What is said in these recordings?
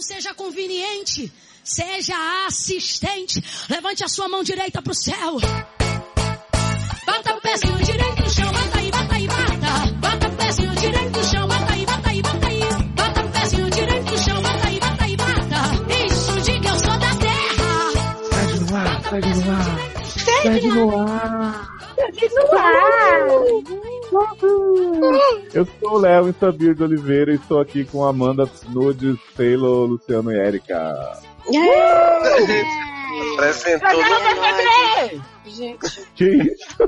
seja conveniente, seja assistente. Levante a sua mão direita para o céu. Bata o pezinho direito no chão, bata aí, bata aí, bata. Bata o pezinho direito no chão, bata aí, bata aí, bata aí. Bata o pezinho direito no chão, bata aí, bata aí, bata. Isso, diga eu sou da terra. Segue no ar, segue no ar. Segue no ar. Eu sou o Léo Instabir de Oliveira e estou aqui com Amanda Nudes, Taylor, Luciano e Erika. Apresentou. Gente, Que isso?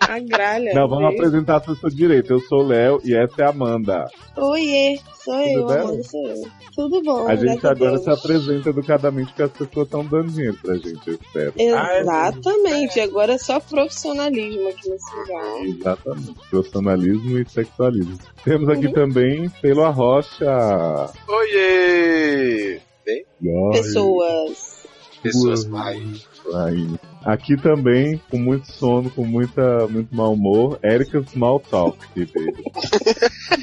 a gralha. Não, vamos apresentar a pessoa direito. Eu sou o Léo e essa é a Amanda. Oiê, sou eu, bem? amor, sou eu. Tudo bom, A gente graças agora Deus. se apresenta educadamente porque as pessoas estão dando dinheiro pra gente, eu espero. Exatamente, agora é só profissionalismo aqui nesse lugar. Exatamente. Profissionalismo e sexualismo. Temos aqui também Taylor Rocha. Oiê! Ai, Pessoas. Pessoas Ui. mais. ai. Aqui também, com muito sono, com muita, muito mau humor, Erika Small Talk. Ribeiro.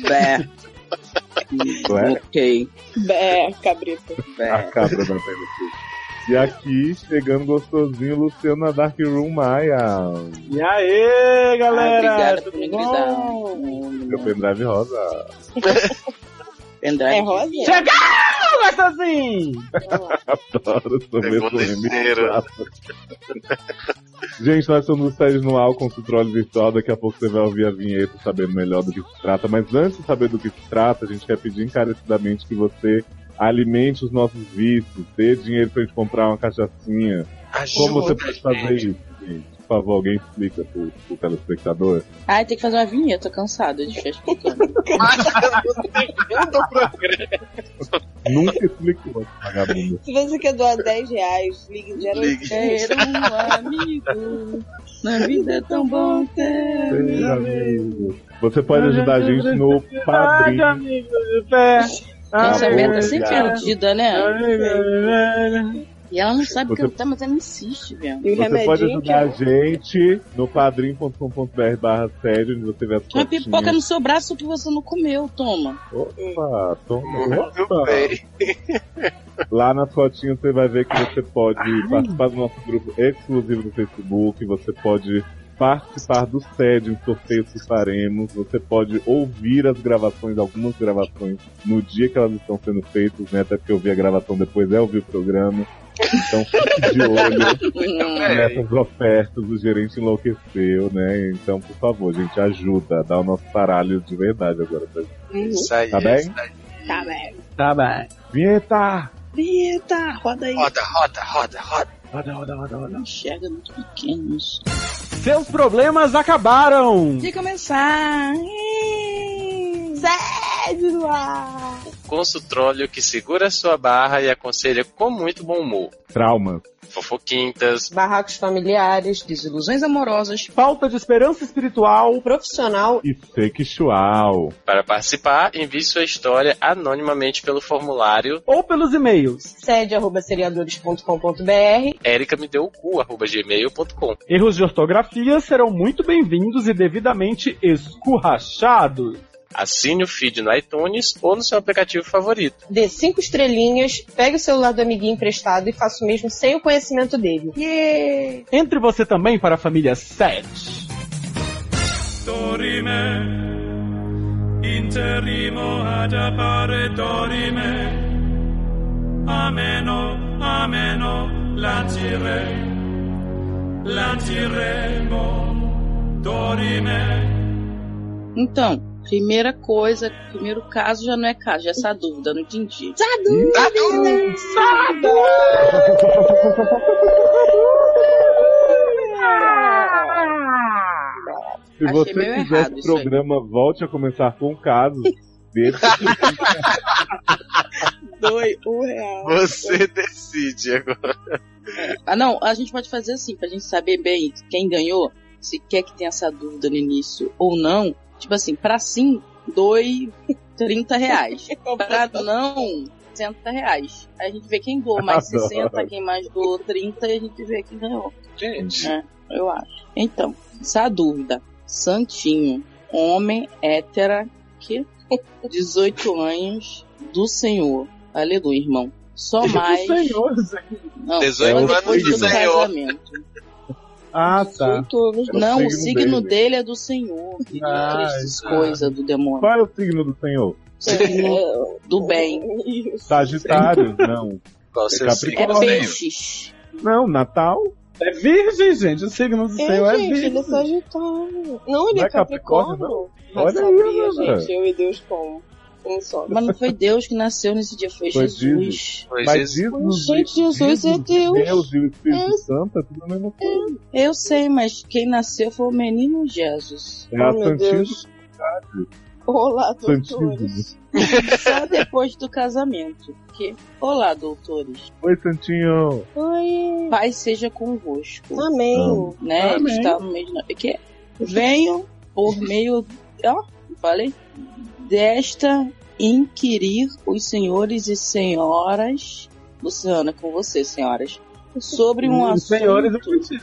Bé, Não é? ok. É, cabrita. A Ah. Bé. cabra da PNC. E aqui, chegando gostosinho, Luciano na Dark Room Maia. E aê, galera! Obrigada Ah, por tudo me bom? gritar. Meu pendrive rosa. Pendrive. É rosa? Chegou, gostosinho! Adoro saber Pegou terceiro. Gente, nós somos os Séries no Al com o controle virtual. Daqui a pouco você vai ouvir a vinheta sabendo melhor do que se trata. Mas antes de saber do que se trata, a gente quer pedir encarecidamente que você alimente os nossos vícios, dê dinheiro pra gente comprar uma cachaçinha. Como você pode fazer isso, gente? Por favor, alguém explica pro, pro telespectador. Ai, tem que fazer uma vinheta, tô cansada de ficar explicando. Nunca explicou, esse vagabundo. Se você quer doar 10 reais, ligue 0800. Ter um amigo. Na vida é tão bom ter. Seja amigo. Você pode ajudar a gente no Tá Padrim. amigo Tá de pé. Nossa, a bom, Beta sempre obrigado. perdida, Tá né? Amigo, E ela não sabe Você- cantar, mas ela insiste, velho. E o Você pode remedinho que ajudar a eu... gente no padrim.com.br barra sério, onde você vê as Uma fotinhas. pipoca no seu braço que você não comeu, toma. Opa, toma. Muito Opa. bem. Lá nas fotinhas você vai ver que você pode participar do nosso grupo exclusivo do Facebook, você pode participar do sede em sorteios que faremos, você pode ouvir as gravações, algumas gravações, no dia que elas estão sendo feitas, né? Até porque eu vi a gravação depois, é ouvir o programa. Então fique de olho. É, nessas ofertas o gerente enlouqueceu, né? Então, por favor, gente, ajuda. Dá o nosso paralho de verdade agora. Pra... gente. isso aí. Tá bem? isso aí. é- Uhum. Tá, velho. Tá bem. Vinheta! Eita, roda aí. Roda, roda, roda, roda. Roda, roda, roda, roda. Não enxerga é muito pequeno isso. Seus problemas acabaram! De começar. Sede no ar. Consultróleo que segura sua barra e aconselha com muito bom humor. Trauma. Fofoquintas. Barracos familiares. Desilusões amorosas. Falta de esperança espiritual. Profissional. E sexual. Para participar, envie sua história anonimamente pelo formulário Ou pelos e-mails. Sede arroba seriadores.com.br. erica me deu o cu, arroba gmail.com. Erros de ortografia serão muito bem-vindos e devidamente escurrachados. Assine o feed no iTunes ou no seu aplicativo favorito. Dê cinco estrelinhas, pegue o celular do amiguinho emprestado e faça o mesmo sem o conhecimento dele. Entre você também para a família 7. Então, primeira coisa, primeiro caso já não é caso, já é essa dúvida, não entendi. Se Achei você meio quiser errado esse isso aí. programa, volte a começar com casos. Deixa Doe um real. Você decide agora. Ah, não, a gente pode fazer assim, pra gente saber bem quem ganhou, se quer que tenha essa dúvida no início ou não. Tipo assim, pra sim, doe 30 reais. Pra não, 60 reais. Aí a gente vê quem doou mais Adoro. 60, quem mais doou 30 e a gente vê quem ganhou, Gente, né? Eu acho. Então, essa dúvida. Santinho, homem hétera, que 18 anos, do Senhor. Aleluia, irmão. Só mais. Senhor, Não, 18 só anos depois do Senhor. casamento. Ah, tá. É o Não, o signo signo dele. dele é do Senhor. que não Ah, acredita tá. em coisa do demônio. Qual é o signo do senhor? Signo é do bem. Sagitário? Não. Qual o seu É É signo? Capricórnio. Deus? peixes. Não, Natal? É virgem, gente. O signo do É, céu é gente, ele é virgem. Sagitário. Não, ele Não é é Capricórnio, Capricórnio. não? Mas Olha aí, sabia, Ana. gente, eu e Deus como. Um só. Mas não foi Deus que nasceu nesse dia, foi Foi Jesus. Pois é. Mas Jesus. diz nos- Gente, Jesus diz é nos Deus. Deus e o Espírito É. Santo é tudo a mesma coisa. Eu sei, mas quem nasceu foi o menino Jesus. É a Oh, meu Deus. Santíssima. Olá, doutores. Santíssima. Só depois do casamento. Que, olá, doutores. Oi, Santinho. Oi. Paz seja convosco. Amém. Né? Amém. Está no meio de nós. Que venham por meio. Ó, falei. Desta inquirir os senhores e senhoras. Luciana, com você, senhoras. Sobre um Os assunto. senhores é mentira.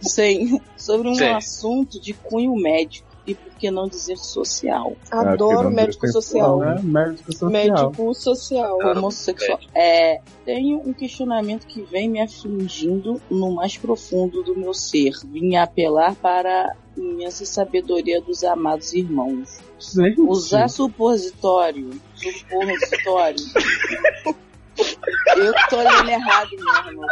Sim, sobre um Sim. assunto de cunho médico e por que não dizer social, porque Adoro não médico presta social. atenção, É, médico social. Médico social. Claro. homossexual. É, tenho um questionamento que vem me afligindo no mais profundo do meu ser. Vim apelar para a imensa sabedoria dos amados irmãos. Gente. Usar supositório, supositório. Eu que tô lendo errado mesmo.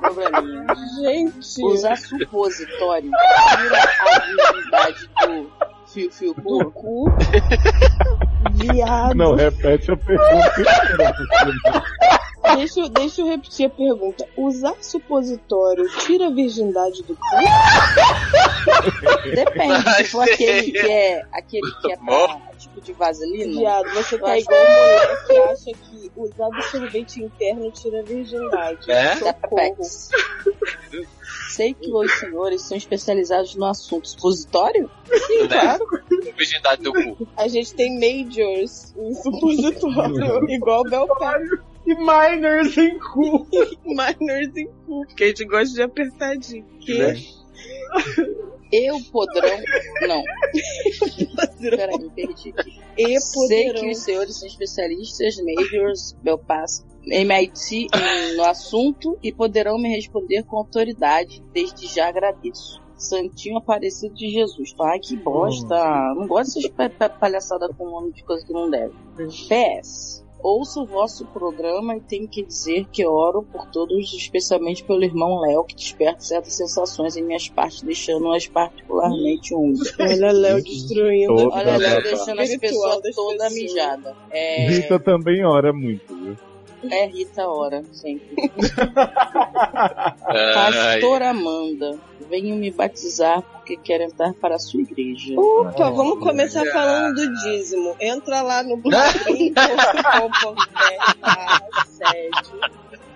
Probleminha. Gente. Usar supositório tira a dignidade do fio fio do cu. Viado. Não, repete a pergunta. Deixa, eu- deixa eu repetir a pergunta. Usar supositório tira a virgindade do cu? Depende, se for Ai, aquele que é aquele que é Bom. pra, tipo de vaselina. Viado, você Eu tá acho igual mulher que acha que usar do sorvete interno tira a virgindade. É? Da Socorro. Pepex. Sei que os senhores são especializados no assunto supositório? é Né? Claro. Virgindade do cu. A gente tem majors em supositório, igual Belfast. E minors em cu. Minors em cu, porque a gente gosta de apertadinho. Que? Né? Eu podrão. Não. Peraí, me perdi. E Sei poderão. que os senhores são especialistas, majors, Belpass, MIT em- no assunto e poderão me responder com autoridade. Desde já agradeço. Santinho Aparecido de Jesus. Tá? Ai, que bosta. Não gosto dessas pa- pa- palhaçadas com nome de coisa que não deve. PS. Ouço o vosso programa e tenho que dizer que oro por todos, especialmente pelo irmão Léo, que desperta certas sensações em minhas partes, deixando-as particularmente um. úmidas. Olha Léo destruindo. Todo Olha, Tá, ela tá, deixando tá. as pessoas Espiritual das toda pessoas. mijada. É, Rita também ora muito, viu? é Rita Ora, sempre. Ai, Pastora Amanda, venho me batizar porque quero entrar para a sua igreja. Opa, vamos começar Olha. falando do dízimo. Entra lá no bloguinho.com.br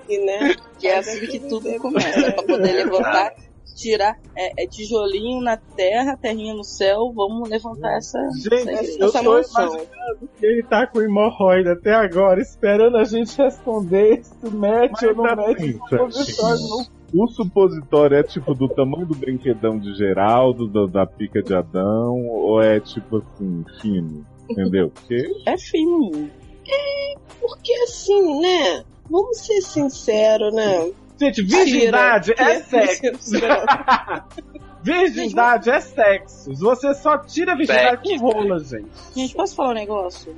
e né? Que é assim que tudo começa, para poder levantar, tirar é, é tijolinho na terra, terrinha no céu, vamos levantar essa... Gente, eu Essa tô mansão. imaginando que ele tá com hemorroida até agora, esperando a gente responder se mete ou não Mas mete. assim, professor, Santinho, O supositório é tipo do tamanho do brinquedão de Geraldo, do- da pica de Adão, ou é tipo assim, fino? Entendeu? Porque É fino. Porque assim, né? Vamos ser sinceros, né? Gente, virgindade é sexo. Virgindade é sexo. Você só tira a virgindade com rola, gente. Gente, posso falar um negócio?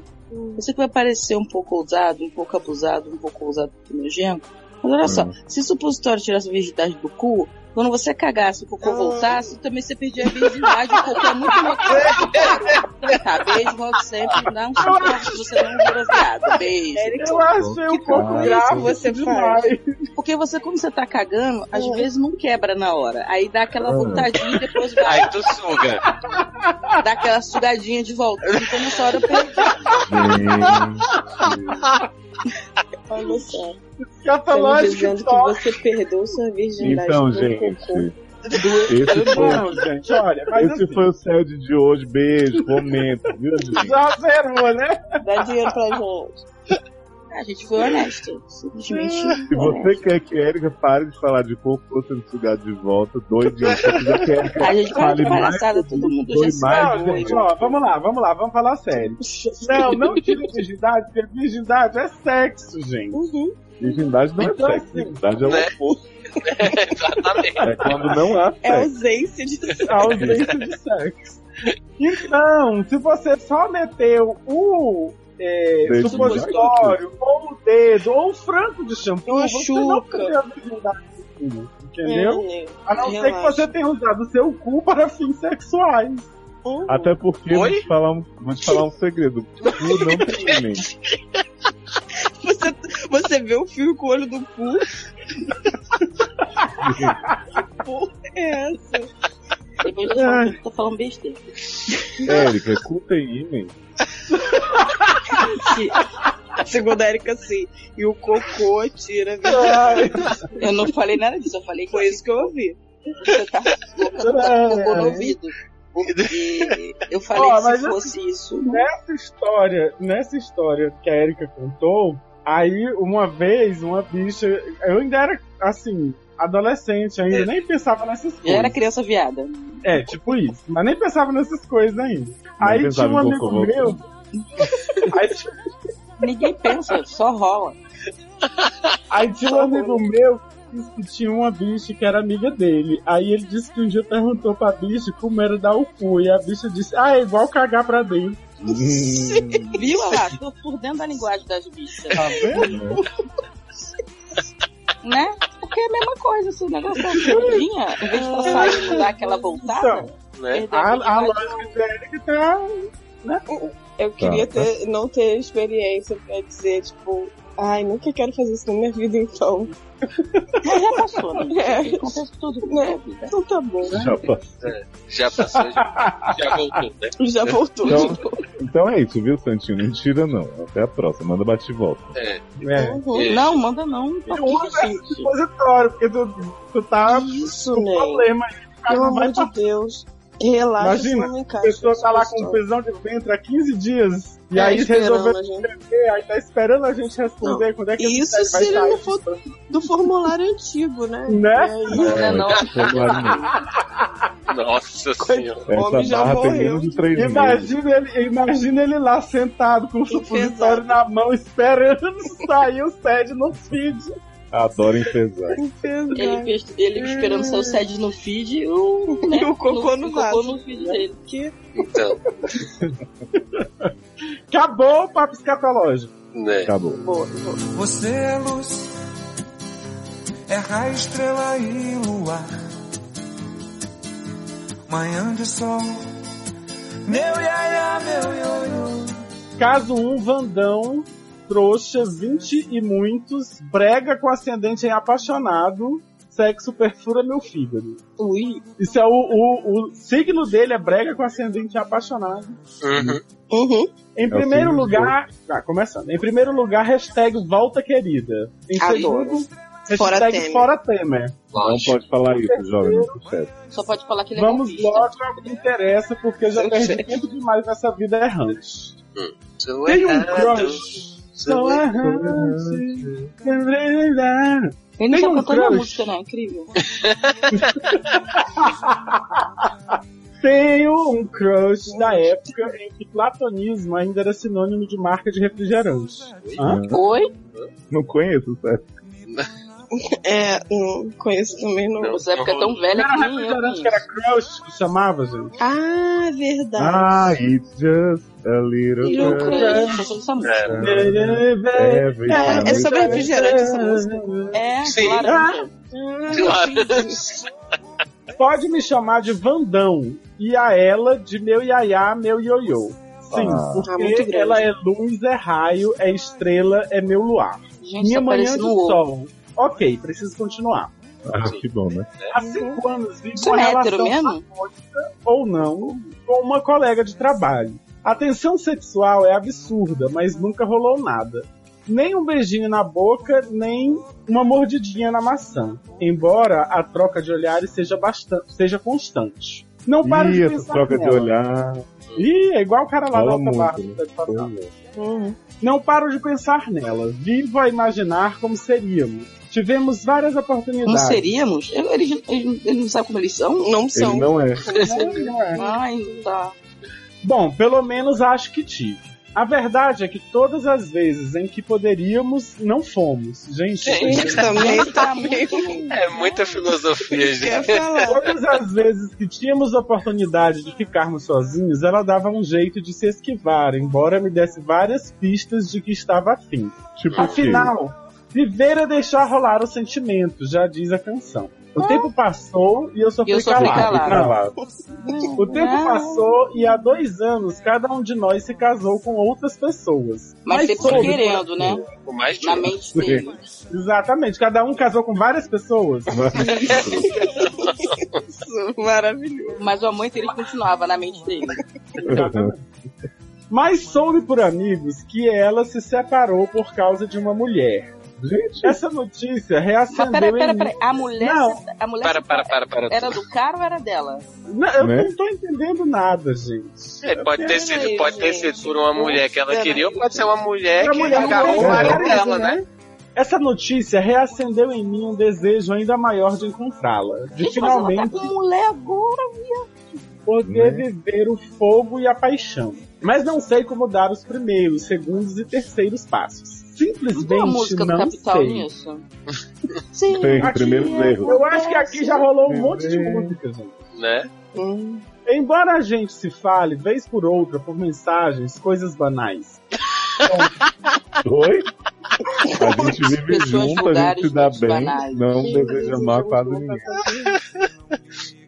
Você que vai parecer um pouco ousado, um pouco abusado, um pouco ousado e nojento. Mas olha só, Hum. se supositório tirasse a virgindade do cu, quando você cagasse e o cocô Ah. voltasse, também você perdia a virgindade, o cocô é muito mocoso. Tá, beijo, volto sempre, dá um suporte se você não virou viado. Beijo. É Eu achei um pouco Caralho. É, grave Você demais. É. Porque você, quando você tá cagando, às Hum. vezes não quebra na hora. Aí dá aquela Hum. voltadinha e depois vai, Aí tu suga. dá aquela sugadinha de volta. Então nessa hora eu perdi. Olha só. Estamos Catológico dizendo que só. você perdeu sua virgindade. Então, pro cocô. gente, esse foi, Não, gente, olha, mas esse assim, foi o SED de hoje. Beijo, comenta, viu, gente? já zerou, né? Dá dinheiro pra gente. Ah, A gente foi honesto. Simplesmente. Se honesto. você quer que a Erika pare de falar de corpo ou sendo sugado de volta, doe de um. Se você quiser que a Erika A gente fala fale de mais, palhaçada, todo mundo doe já se mais Não, um dá. dois. gente, ó, vamos lá, vamos lá, vamos falar sério. Não, não tira virgindade, porque virgindade é sexo, gente. Uhum. virgindade não é Então, sexo, assim, virgindade é o né? oposto. Exatamente. É quando não há um É sexo. ausência de. A ausência de sexo. Então, se você só meteu o é, Dedo supositório, ou o dedo, ou o franco de shampoo, Uma você não chuca. perdeu a virgindade. Entendeu? É, A não ser que relaxa. você tenha usado o seu cu para fins sexuais. Uhum. Ah, Até porque, vou Oi? te, falar um, vou te falar um segredo. Tu não tem limite. Você, você vê o fio com o olho do cu. que porra é essa? Depois eu tô falando, tô falando besteira. Érica, cu tem imen? Segundo a Erika, sim. E o cocô tira. viu? Eu não falei nada disso, eu falei que Foi isso que eu ouvi. você tá colocando É. cocô no ouvido. Porque eu falei Ó, que mas se fosse isso. nessa história, nessa história que a Erika contou, aí uma vez, uma bicha, eu ainda era assim, adolescente ainda, nem pensava nessas Eu coisas. era criança viada. É, tipo isso, mas nem pensava nessas coisas ainda. aí tinha pensava um em amigo vovô. meu. aí, ti- Ninguém pensa, só rola. aí tinha um amigo meu que disse que tinha uma bicha que era amiga dele. Aí ele disse que um dia perguntou pra bicha como era dar o cu. E a bicha disse, ah, é igual cagar pra dentro. Hum, Viu olha lá? "Ah, Tô por dentro da linguagem das bichas. Tá vendo? né? Porque é a mesma coisa, se o negócio tá grudinha, em vez de tá saindo dar aquela Então. voltada, Né? perdeu A, a quantidade. lógica da Erika tá Eu queria ter, não ter experiência pra dizer, tipo, ai, nunca quero fazer isso na minha vida, então. Mas já passou, né? É. Acontece tudo com Né? a vida. Então tá bom. já passou. Já passou, já, já voltou, né? tá Já voltou. Então- de novo. Então é isso, viu, Santinho? Não tira, não. Até a próxima. Manda bate e volta. É. É. É. Não, manda não. tá assim, Pra Eu que, uso esse gente? supositório, porque tu, tu tá assim, Isso, com né? problema aí. Cara, Pelo não vai amor pra... de Deus. Relaxa, Imagina, isso não A encaixa. pessoa tá lá com Isso. prisão de ventre há 15 dias, e É, aí esperando resolveu a gente. ver, aí tá esperando a gente responder quando é que Isso a gente vai se ele sair. não for- Do formulário antigo, né? Né? É, Não, não. Essa Nossa senhora. homem já barra tem morreu. menos de três meses. Imagina ele, imagina ele lá sentado com o supositório Enfesado. na mão, esperando sair o sede no feed. Adoro enfesar. pesado. Ele, fez- ele esperando seu sede no feed o, né, E o cocô no o vaso. cocô no feed dele. Que Então, Acabou o papo escatológico. né? Acabou. boa, boa. Você é luz, é raio, estrela e luar. Manhã de sol, meu iaia, meu ioiô. Caso um, Vandão, trouxa, 20 e muitos, brega com ascendente em apaixonado, sexo perfura meu fígado. Ui. Isso é o, o, o signo dele é brega com ascendente apaixonado. Uhum. Uhum. Em É o primeiro signo lugar, ah, começando. Em primeiro lugar, hashtag volta querida. Em Adoro. segundo, Fora hashtag Temer. fora Temer. Não Lógico. pode falar isso, jovem. Não sucesso. Só pode falar que ele é Vamos golpista. logo ao que interessa, porque eu já Eu perdi sei. tempo demais nessa vida errante. Sou Tem um errado, crush. sou Sou errado. errante. Ele não Tem tá um cantando a crush. música, não. Incrível. Tenho um crush da época em que platonismo ainda era sinônimo de marca de refrigerante. Hã? Oi? Não conheço, certo? É, não conheço também, não. Não. Você é tão velha que Era nem eu. Ah, refrigerante assim. que era crush que chamava, gente. Ah, verdade. Ah, it's just a little E o bit. crush, eu sou essa música. É. Every É, é time. sobre refrigerante essa música. É, Sim. Ah, claro. Claro. Pode me chamar de Vandão e a ela de meu iaiá, meu ioiô. Sim, Ah. Ah, muito porque grande. ela é luz, é raio, é estrela, é meu luar. Gente, Minha tá manhã de parecendo um ovo. sol. Ok, preciso continuar. Ah, que bom, né? Há cinco anos vivo Uhum. Isso uma é relação hétero mesmo? ou não com uma colega de trabalho. A tensão sexual é absurda, mas nunca rolou nada. Nem um beijinho na boca, nem uma mordidinha na maçã. Embora a troca de olhares seja, bastan- seja constante. Não para Ih, de essa pensar troca de nela. olhar. Ih, é igual o cara lá da Fala outra barra. muito. tá de papel. Pois é. Não paro de pensar nela. Vivo a imaginar como seríamos. Tivemos várias Não oportunidades. seríamos? Eu- Eles, eles- eles não sabem como eles são? Não são. Ele não é. Não, não é. Ai, tá. Bom, pelo menos acho que tive. A verdade é que todas as vezes em que poderíamos, não fomos. Gente, Gente, também tá meio. É muita filosofia, Quer gente. falar? todas as vezes que tínhamos a oportunidade de ficarmos sozinhos, ela dava um jeito de se esquivar, embora me desse várias pistas de que estava afim. Tipo o quê? Afinal, viver é deixar rolar o sentimento, já diz a canção. O tempo passou e eu só E eu fui só fui calado. calado. Calado. O tempo passou e há dois anos cada um de nós se casou com outras pessoas. Mas sempre soube querendo, né? Com mais de Na um. mente dele. Exatamente, cada um casou com várias pessoas. Isso, maravilhoso. Mas o amor inteiro continuava na mente dele. Mas soube por amigos que ela se separou por causa de uma mulher. Gente, Essa notícia reacendeu Mas peraí, em peraí, mim- peraí. A mulher, Não. se- a mulher Para, se- para, para, para. era do cara ou era dela? Não, eu Né? não tô entendendo nada, gente. É, pode ter sido, pode ter sido por uma mulher que ela Pera queria, ou pode ser uma mulher Pra que mulher agarrou não o é, marido cara, dela, né? né? Essa notícia reacendeu em mim um desejo ainda maior de encontrá-la, de Gente, mas ela finalmente tá com mulher agora. poder Né? viver o fogo e a paixão. Mas não sei como dar os primeiros, segundos e terceiros passos. Não tem Simplesmente uma não, música do Capital sei. nisso? tem primeiros erros. Eu acho que aqui já rolou um monte de música, gente. né? Hum. Embora a gente se fale vez por outra por mensagens, coisas banais. Oi? A gente vive Pessoas junto, a vulgares, gente se dá mentes bem. banais. Não Sim, deseja mas mal a isso quase é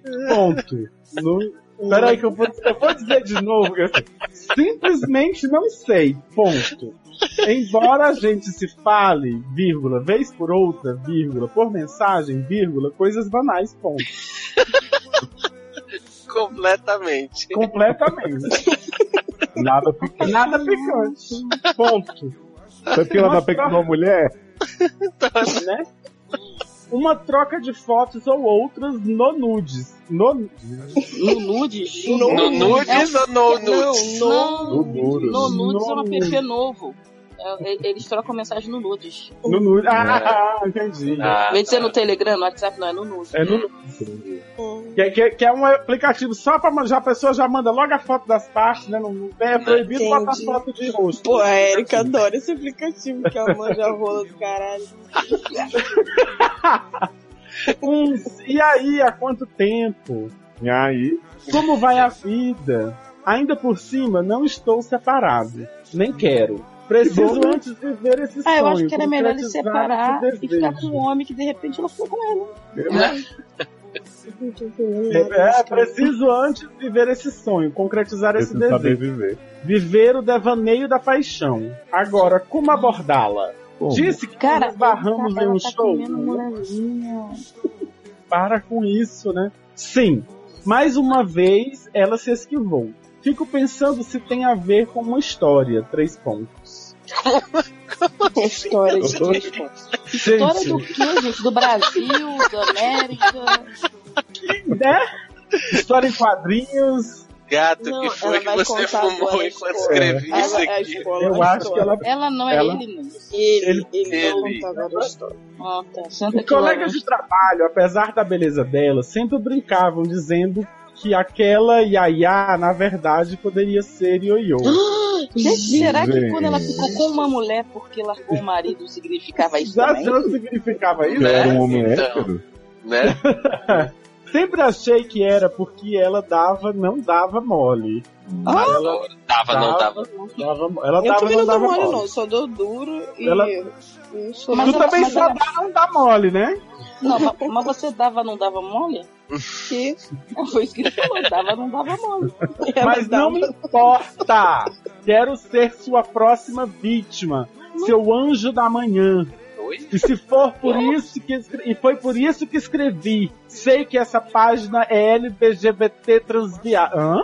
ninguém. Ponto. No... Peraí que eu vou, eu vou dizer de novo. que eu Simplesmente não sei. Ponto. Embora a gente se fale, vírgula, vez por outra, vírgula, por mensagem, vírgula, coisas banais, ponto. Completamente. Completamente. Nada fica. Nada picante. Ponto. Sabe porque ela tá pegando uma mulher? né? Uma troca de fotos ou outras no nudes. No... No nudes? É um No nudes né? ou no nudes? Não, No duro. No nudes é um No app novo. É, e- Eles trocam mensagem no nudes. No nudes. Ah, entendi. Ah, Em vez de ser tá. no Telegram, no WhatsApp, não, é no nudes. É no Que, que- que é um aplicativo só pra manjar, a pessoa já manda logo a foto das partes, né? Não, não- é proibido Entendi. botar foto de rosto. Pô, a Erika adora esse aplicativo que ela manja a rola do caralho. Hum, e aí, há quanto tempo? E aí, Como vai a vida? Ainda por cima, não estou separado. Nem quero. Preciso bom, né? antes viver esse sonho. Ah, eu acho que era melhor ele concretizar separar esse e ficar com desejo. um homem que de repente ela ficou com ele. É, é, preciso antes viver esse sonho, concretizar esse preciso saber desejo. viver. Viver o devaneio da paixão. Agora, como abordá-la? Bom, Disse que Cara, nos barramos em ela um tá show. comendo moranguinho. Para com isso, né? Sim. Mais uma vez, ela se esquivou. Fico pensando se tem a ver com uma história. Três pontos. História de três pontos. História do Gente, quê, gente? Do Brasil, da América. né? História em quadrinhos. Gato, Não, que ela foi que vai você contar fumou agora a enquanto história. escrevia isso Ela é a aqui? escola. Eu a acho história. que ela. Ela não é Ela- ele, não. Ele, ele, ele- não contava a história. Ah, tá. Senta E aqui, Laura. colegas de trabalho, apesar da beleza dela, sempre brincavam dizendo que aquela Yaya, na verdade, poderia ser Ioiô. Gente, será que Gente. quando ela ficou com uma mulher porque largou o marido significava isso Já também? já significava isso? eu era um né? homem Então. hétero? Né? Sempre achei que era porque ela dava, não dava mole. ela Dava, não dava. dava mo- ela Ah? Eu dava, também não não dou dava mole, mole. não. Só dou duro e. Ela- e sou- Mas Tu ela- também mas só ela- dá, não dá mole, né? Não, ma- mas você dava, não dava mole? Que foi isso que ele falou, dava, não dava mole. Ela Mas dá um não uma- me importa. Quero ser sua próxima vítima. Seu anjo da manhã. Oi? E se for por isso que escre- e foi por isso que escrevi. Sei que essa página é LGBT transvia. Hã?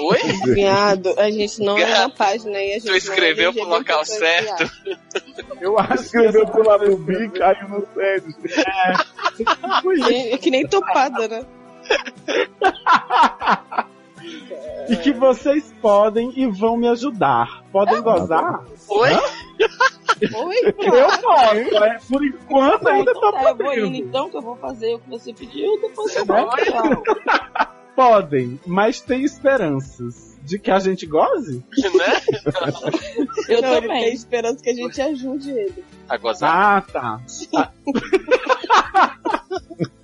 Oi? Viado, a gente não é na página e a gente. Tu escreveu não é pro local LGBT+, certo? viado. Eu acho que é Escreveu pro lado do bico, caiu no sede. É, Que, que nem topada, né? E que vocês podem e vão me ajudar. Podem gozar? Oi? Oi, Eu posso. é. Por enquanto ainda tá tá, eu vou indo podendo. então, que eu vou fazer o que você pediu, depois eu Não, vou. Tchau. Podem, mas tem esperanças de que a gente goze? Né? Eu Não, ele tem também. esperança que a gente ajude ele. A gozar. Ah, tá.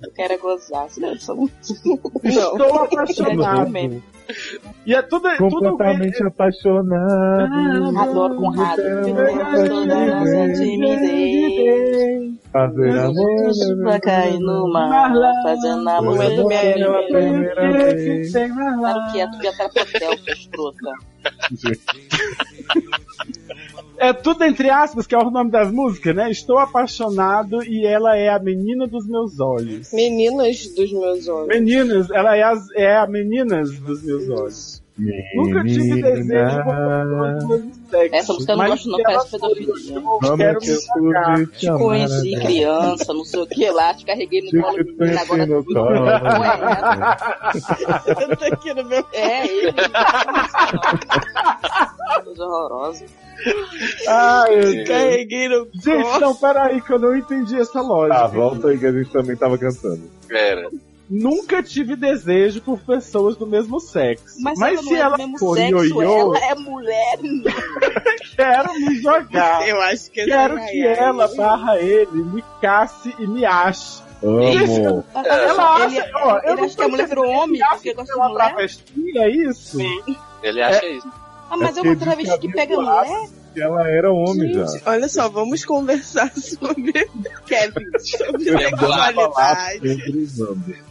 Eu quero gozar, senão eu sou um muito Estou grande apaixonado. mesmo. E é tudo, tudo bem. Completamente apaixonado. Adoro Conrado. Todas as timidez. Fazer amor. Vai cair no mar, Marla. fazendo a Foi mulher. você, Primeiro, meu primeiro. Primeira vez. Sabe que é tu que atrapalhou, sua escrota. É tudo entre aspas, que é o nome das músicas, né? Estou apaixonado e ela é a menina dos meus olhos. Meninas dos meus olhos. Meninas, ela é, as- é a meninas dos meus olhos. Nunca tive Menina. desejo por pessoas do sexo, Essa música eu não mas gosto, não, se parece ela for, pedofilia. Eu Como quero que eu me cagar. pude te Te amar, conheci né? criança, não sei o que lá, te carreguei no colo, Te menina, conheci agora no tu- colo. Ué, né? Eu tô aqui no meu É, ele. Coisa horrorosa. Ai, eu- carreguei no Gente, não, peraí, que eu não entendi essa lógica. Tá, volta aí que a gente também tava cantando. Ah. Pera. Nunca tive desejo por pessoas do mesmo sexo. Mas, não se é do ela mesmo for sexo, ioiô, ela é mulher. quero me jogar. Eu acho que Quero que ela barra ele me casse e me ache. Amo. É Ela ele, acha, ó, eu não ele acha que a sei mulher virou homem porque gosta de se ela mulher. travesti, é isso? Ele acha isso. Ah, mas É é uma porque travesti que diz pega que abriu mulher? Que ela era homem já. Olha só, vamos conversar sobre Kevin, sobre Falar sexualidade. sobre Xander.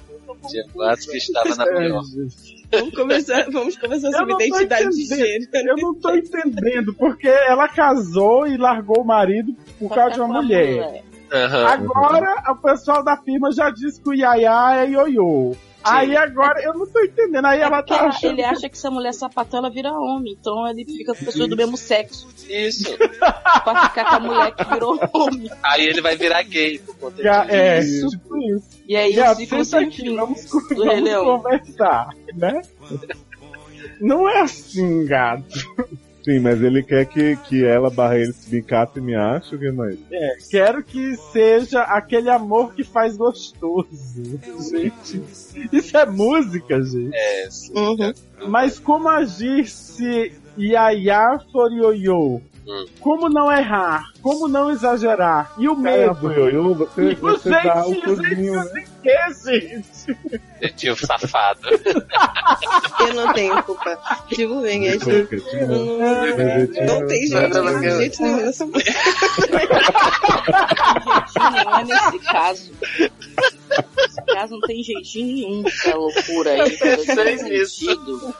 Tinha boatos que estava na É, pior. gente. Vamos conversar, vamos conversar sobre não tô identidade de entendendo. gênero. Eu não tô entendendo, porque ela casou e largou o marido por Pra causa de ficar tá com uma a mulher. Aham. Agora o pessoal da firma já disse que o Yaya é ioiô. Aí agora eu não tô entendendo. Aí É ela porque tá ela- achando. ele acha que se a mulher é sapatão, ela vira homem. Então ele fica com pessoas do mesmo sexo. Isso. Pra ficar com a mulher que virou homem. Aí ele vai virar gay por conta que a- disso. É, Isso. tipo isso. E aí o Já senta ciclo sem aqui, fim vamos, um do Rei vamos Leão. conversar, né? Não é assim, gato. Sim, mas ele quer que, que ela barra ele se bicasse e me ache, o que é mais? Quero que seja aquele amor que faz gostoso. Gente, isso é música, gente. É, sim. Uhum. Mas como agir se Yaya for ioiô? Hum. Como não errar? Como não exagerar? E o medo? Oi, oi, oi, É, você, você Gente, dá o gente, cozinho, né? Que, gente? Detetive safado. Eu não tenho culpa. Tipo, vem aí. Foi Cristina, É. Benedettina, Não tem Não, jeito, né? não, não, não tem não. jeito nenhum nessa mulher. Não é nesse caso. Nesse caso não tem jeitinho nenhum pra loucura aí. pra Eu pensei esse nisso. sentido.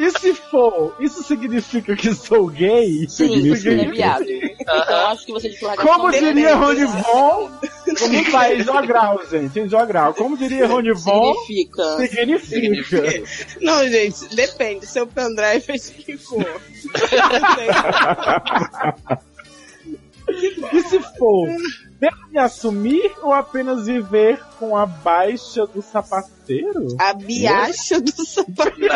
E se for, isso significa que sou gay? Sim, Significa. é viado. Então acho que você de Como diria Rony Von, Bom, vamos tá em jogral, gente, em jogral. Como diria Rony Von, significa. significa. Não, gente, depende. Seu pendrive é de que cor? Não E se for, devo me assumir ou apenas viver com a baixa do sapateiro? sei. A biacha do sapateiro.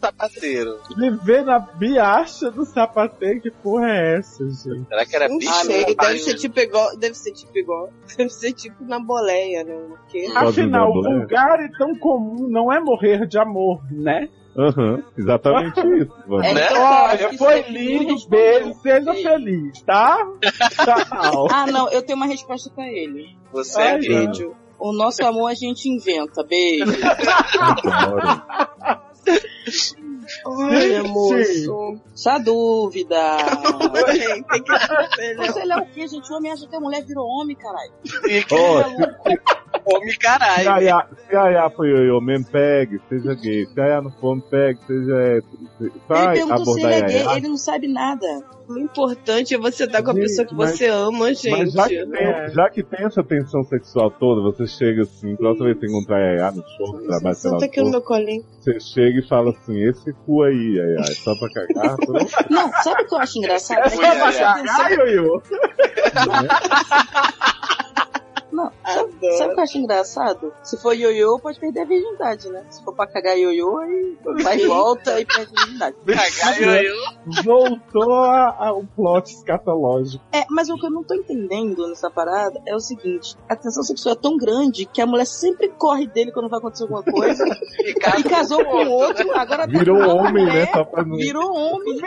Sapateiro. Viver na biacha do sapateiro? Que porra é essa, gente? Será que Ah, era Não bicho? sei, ou deve pai? ser tipo igual, deve ser tipo igual, deve ser tipo na boleia, né? Porque Pode Afinal, dar boleia. vulgar e tão comum não é morrer de amor, né? Aham, exatamente isso. Vamos. É, Né? então, eu acho Olha, que foi isso aí não lindo, respondeu. beijo, seja feliz, tá? Tchau. Ah, não, eu tenho uma resposta pra ele. tipo Você Ai, é gay. gente. O nosso amor a gente inventa, beijo. Adoro. Olha, Sim. moço. Só dúvida. Tem que né? aconselhar. Você é o que, gente? O homem acha que a mulher virou homem, caralho. Ó, Homem, caralho. Yaya, Yaya foi ioiô mesmo, pegue, seja gay. Se Yaya não for, pegue, seja hétero. Se- Ele Vai perguntou se ele abordar é gay, Yaya. ele não sabe nada. O importante é você estar com a Gente, pessoa que mas- você ama, Mas gente. já que, É. tem, já que tem essa tensão sexual toda, você chega assim, próxima vez que você encontrar Yaya no show, no trabalho, sei lá, Senta onde aqui no for, meu colinho. você chega e fala assim, esse cu aí, Yaya, é só pra cagar? um Pronto. Não, sabe o que eu acho engraçado? É É só que eu acho pra atenção- né?" cagar, Ioiô? Não, sabe o que Sabe o adoro. que eu acho engraçado? Se for ioiô, pode perder a virgindade, né? Se for pra cagar ioiô, aí vai e volta e perde a virgindade. Cagar ioiô. Voltou a- ao plot escatológico. É, mas o que eu não tô entendendo nessa parada é o seguinte: a tensão sexual é tão grande que a mulher sempre corre dele quando vai acontecer alguma coisa E casa e casou com outro, agora tá Virou com outra homem, né? mulher, Só pra não. Virou homem.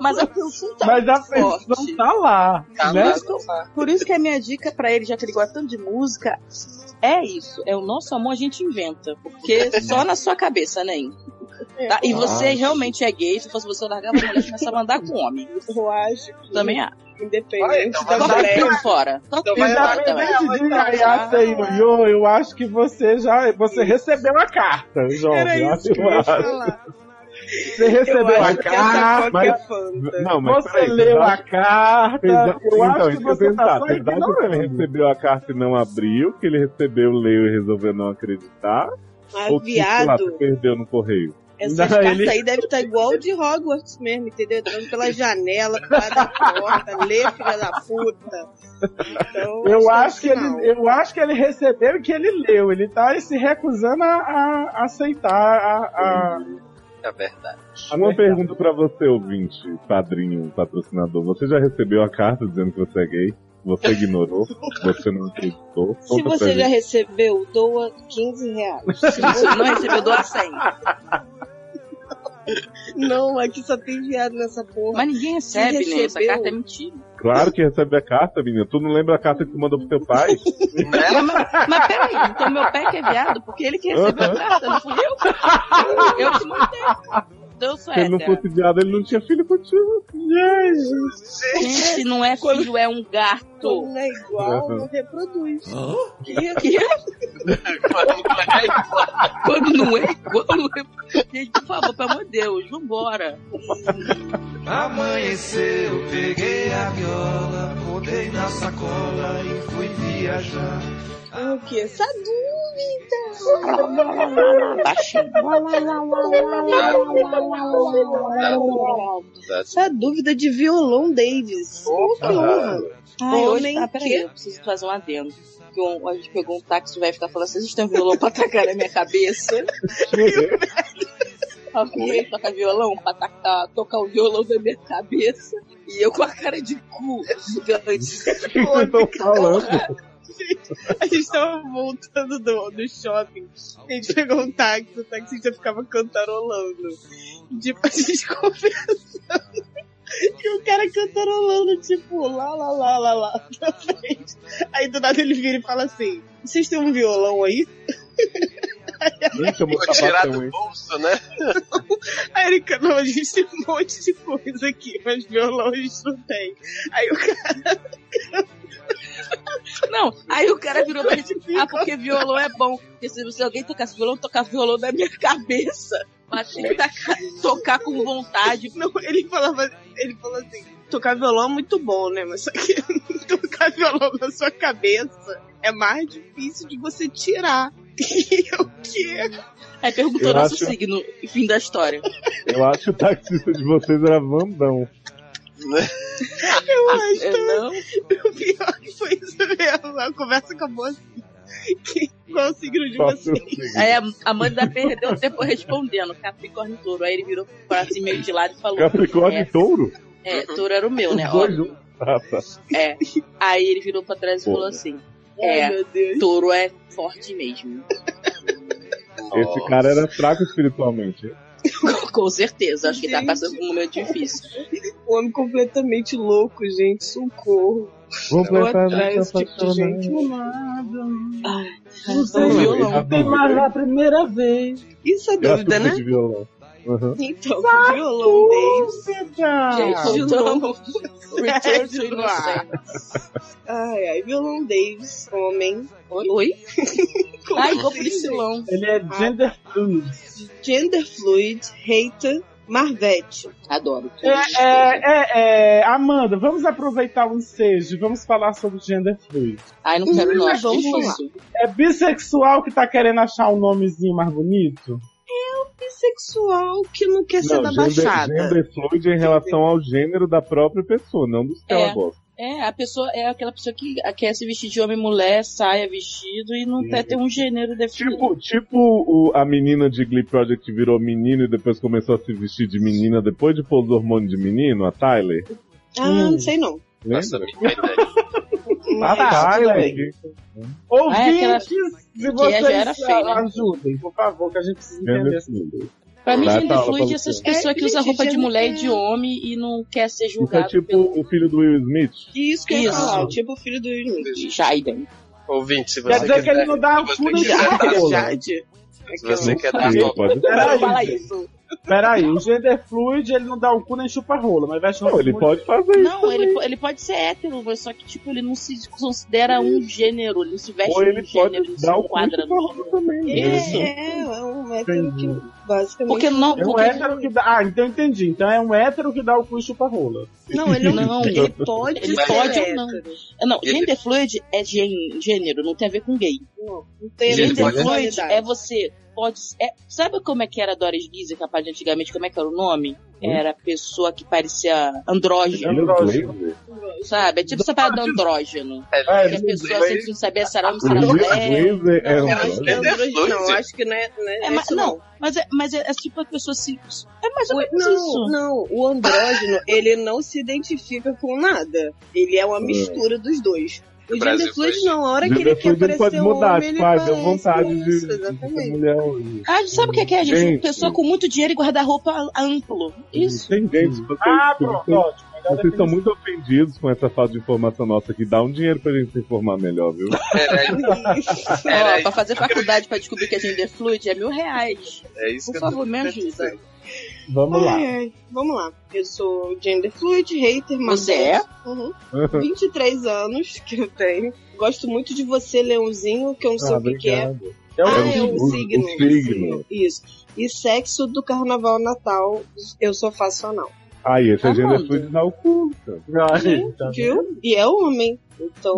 Mas a tensão tá Mas a muito forte. pressão tá lá, Tá né? lá. Por isso, que eu- por isso que a minha dica pra ele, já que ele gosta tanto de música, é isso. É o nosso amor a gente inventa. Porque só na sua cabeça, né? Hein? Tá? E você realmente é gay, se fosse você eu largava a mulher e começava a andar com um homem. Eu acho que, Também há. independente Vai, então da vai Toca dar mulher, tudo fora. Toca Então tudo vai lá fora também. Independente de vai gaiata e ioiô, eu acho que você já você recebeu a carta, era jovem. isso que eu ia falar. Você recebeu Eu a acho que carta, essa coca é mas- fanta. Não, mas você peraí, leu já- a carta, Exa- eu acho então, isso é que eu você ia tá perguntar. só Será que você ignorando. recebeu a carta e não abriu, que ele recebeu, leu e resolveu não acreditar? Mas, ou que, sei lá, você viado, perdeu no correio? essas Não, cartas ele- aí devem estar igual de Hogwarts mesmo, entendeu? Entrando pela janela, pro lado da porta, lê, filha da puta. Então, Eu acho, que não. ele, eu acho que ele recebeu e que ele leu. Ele tá se recusando a, a aceitar a, a- É verdade. Tá Uma pergunta pra você, ouvinte, padrinho, patrocinador. Você já recebeu a carta dizendo que você é gay? Você ignorou? você não acreditou? Se Conta pra você gente. já recebeu, doa 15 reais. Se você não é recebeu doar 100. Não, aqui só tem viado nessa porra. Mas ninguém recebe, né? Essa recebeu. carta é mentira. Claro que recebe a carta, menina. Tu não lembra a carta que tu mandou pro teu pai? Né? Mas, mas- mas peraí, então meu pai que é viado, porque ele que recebeu a carta, não fui eu? Eu te mandei. Então eu sou Se ele É. não hétero. fosse viado, ele não tinha filho contigo. Gente, não é filho, é um gato. Quando é igual, não reproduz. Que- Que- Quando não é igual, não é. Gente, por favor, pelo amor de Deus, vambora. Amanheceu, peguei a viola, rodei na sacola e fui viajar. Ah, o quê? Sadu, é essa é dúvida de violão Davis. Opa! Que honra. Ah, hoje, homem tá, peraí, que- eu preciso fazer um adendo. Que um- a gente pegou um táxi vai ficar falando, vocês estão violão pra tacar na minha cabeça. Alguém toca violão pra tacar, tocar o violão na minha cabeça. E eu com a cara de cu gigante. O que vocês estão falando? A gente tava voltando do, do shopping. A gente pegou um táxi, o taxista ficava cantarolando. E, tipo, a gente conversando. E o cara cantarolando, tipo, lá, lá, lá, lá, lá, na frente. Aí do nada ele vira e fala assim: Vocês têm um violão aí? Nem É. chamou Vou tirar sapatão, do hein? bolso, né? Aí ele, não, a gente tem um monte de coisa aqui, mas violão a gente não tem. Aí o cara Não, aí o cara virou pra gente, fica. ah, porque violão é bom. Porque se se alguém tocasse violão, tocar violão na minha cabeça. Mas tem que tacar- tocar com vontade. Não, ele falava, ele falou assim, tocar violão é muito bom, né? Mas só que tocar violão na sua cabeça é mais difícil de você tirar. E eu Assim, que Aí perguntou Eu nosso acho- signo e fim da história. Eu acho que o taxista de vocês era Vandão. eu acho Eu não que o pior que foi isso mesmo. A conversa acabou assim. Que, qual o signo de Só se eu você? sei. Aí a Amanda perdeu tempo respondendo, Capricórnio e Touro. Aí ele virou pra si meio de lado e falou: Capricórnio e touro? É, é, Touro era o meu, né? Os Ó, dois juntos. Ah, tá. é. Aí ele virou pra trás e falou assim: Ai, É, meu Deus. Touro é forte mesmo. Esse cara era fraco espiritualmente. hein? Com certeza, acho que tá Gente. passando por um momento difícil. O Um homem completamente louco, gente. Socorro. Vou Vamos plantar atrás nossa desse tipo de apaixonada. gente. Não Então, sei, violão. não tem mais na primeira vez. Isso é Eu dúvida, acho que né? de violão. Uhum. Então, o violão deles. Ah, Gente, de então, Return to É, de novo. Innocence. Ai, ai, violão Davis, homem. Oi? Oi? Como Ai, igual assim, por isso, gente? não. Ele é gender fluid. Gender fluid, hater, Marvete. Adoro. Touro. É, é, é, é, Amanda, vamos aproveitar o ensejo e vamos falar sobre gender fluid. Ai, não quero, não. Hum, Acho vamos difícil. É bissexual que tá querendo achar um nomezinho mais bonito? Bissexual que não quer ser é da gender, baixada. gender fluid em relação ao gênero da própria pessoa, não dos que É. ela gosta. É, a pessoa é aquela pessoa que quer se vestir de homem e mulher, saia vestido e não Sim. quer ter um gênero definido. Tipo, tipo o- a menina de Glee Project virou menino e depois começou a se vestir de menina depois de pôr os hormônios de menino, a Tyler. Ah, não sei não. Nossa, Lembra? menina, Mas tá, tudo né? bem. Ouvintes, É aquela- se já era vocês feia, né? ajudem, por favor, que a gente precisa Lembra entender assim? isso. Pra mim, Lá gênero tá aula fluido pra é essas você. pessoas que É, usam gente, roupa de gênero mulher e é- de homem e não quer ser Isso é julgado tipo pelo o filho do Will Smith. Isso que eu ia Isso. falar, tipo o filho do Smith. Jaiden. ouvinte, se você Quer dizer que quiser, ele não dá um né? a você fura quiser de dar- rola. Jade. se você quer Ah, dar Sim, nota, pode ser. Peraí, Fala isso. peraí, o gender fluid ele não dá o cu nem chupa rola, mas veste Não, ele pode fazer isso. Não, ele, po- ele pode ser hétero, mas só que, tipo, ele não se considera um gênero, ele se veste Ou ele um gênero, pode ele dar se o cu enquadra de no forma também. né? Isso. É, é um hétero Entendi. que basicamente. Porque É não, um porque hétero que dá. Ah, então entendi. Então é um hétero que dá o cu e chupa rola. Não, ele não, Não. ele pode Ele ser pode ou hétero. não. Não, Ele- gender fluid é gên- gênero, não tem a ver com gay. Não, não tem Ele nem Gender pode- fluid sexualidade. é você pode. é- sabe como é que era a Doris Lizzy, capaz de antigamente? Como é que era o nome? Hum? Era pessoa que parecia andrógeno, Meu Andrógeno. Deus. sabe? É tipo essa parada do andrógeno. É, Que a pessoa mas- sempre não sabia se era homem, O se era Will mulher. Smith é Não, um acho que é Ele é andrógeno, fluido. não, acho que não é. Não, é, É, é mas, isso, não, mas é, mas é, é tipo a pessoa se. É mais ou O- menos não, isso. não, o andrógeno, ele não se identifica com nada. Ele é uma mistura dos dois. O Brasil gender fluid foi- não, a hora que ele Gender quer fluid ele parecer pode um mudar, homem, ele tipo, ah, deu parece vontade isso, de- de ser exatamente. mulher hoje. Ah, sabe o que é que é, gente? Gente. Pessoa com muito dinheiro e guarda-roupa amplo. Isso. Gente, vocês, Ah, pronto, vocês- ótimo. Melhor vocês definição. estão muito ofendidos com essa falta de informação nossa aqui. Dá um dinheiro pra gente se informar melhor, viu? era, Ó, era, pra fazer faculdade pra descobrir que é gender fluid é mil reais. é isso que Por eu tô favor, né? me ajuda. Vamos lá. Ai, ai, Vamos lá. Eu sou gender fluid, hater, mas Você é? Uhum. 23 anos que eu tenho. Gosto muito de você, Leãozinho, que eu não sei Ah, o que que é. obrigado. É Ah, o é o o signo. signo. Isso. E sexo do carnaval natal, eu sou faço anal. Aí, Tá esse é Amanda. gênero fluido na oculta. Ai, tá vendo? Viu? E é homem. Então,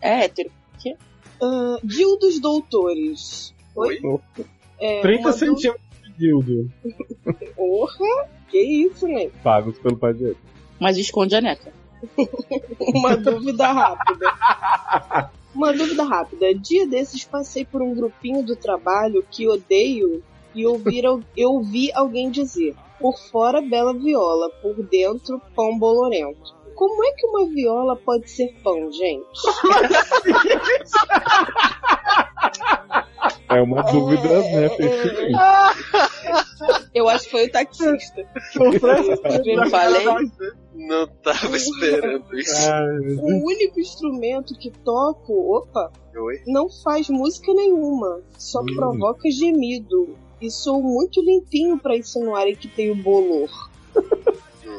É hétero. ah, Dildos Doutores. Oi? É, 30 uma dú- centímetros de dildo. Porra, que isso, né? Pagos pelo pai dele. Mas esconde a neca. Uma dúvida rápida. Uma dúvida rápida. É, Dia desses passei por um grupinho do trabalho que odeio e ouvir, al- eu ouvi alguém dizer: por fora, bela viola, por dentro, pão bolorento. Como é que uma viola pode ser pão, gente? É uma dúvida, né? pertinente. Eu acho que foi o taxista. Eu falei. Não tava esperando isso. O único instrumento que toco, opa, Oi? não faz música nenhuma, só Hum. provoca gemido. E sou muito limpinho pra insinuarem que tenho bolor.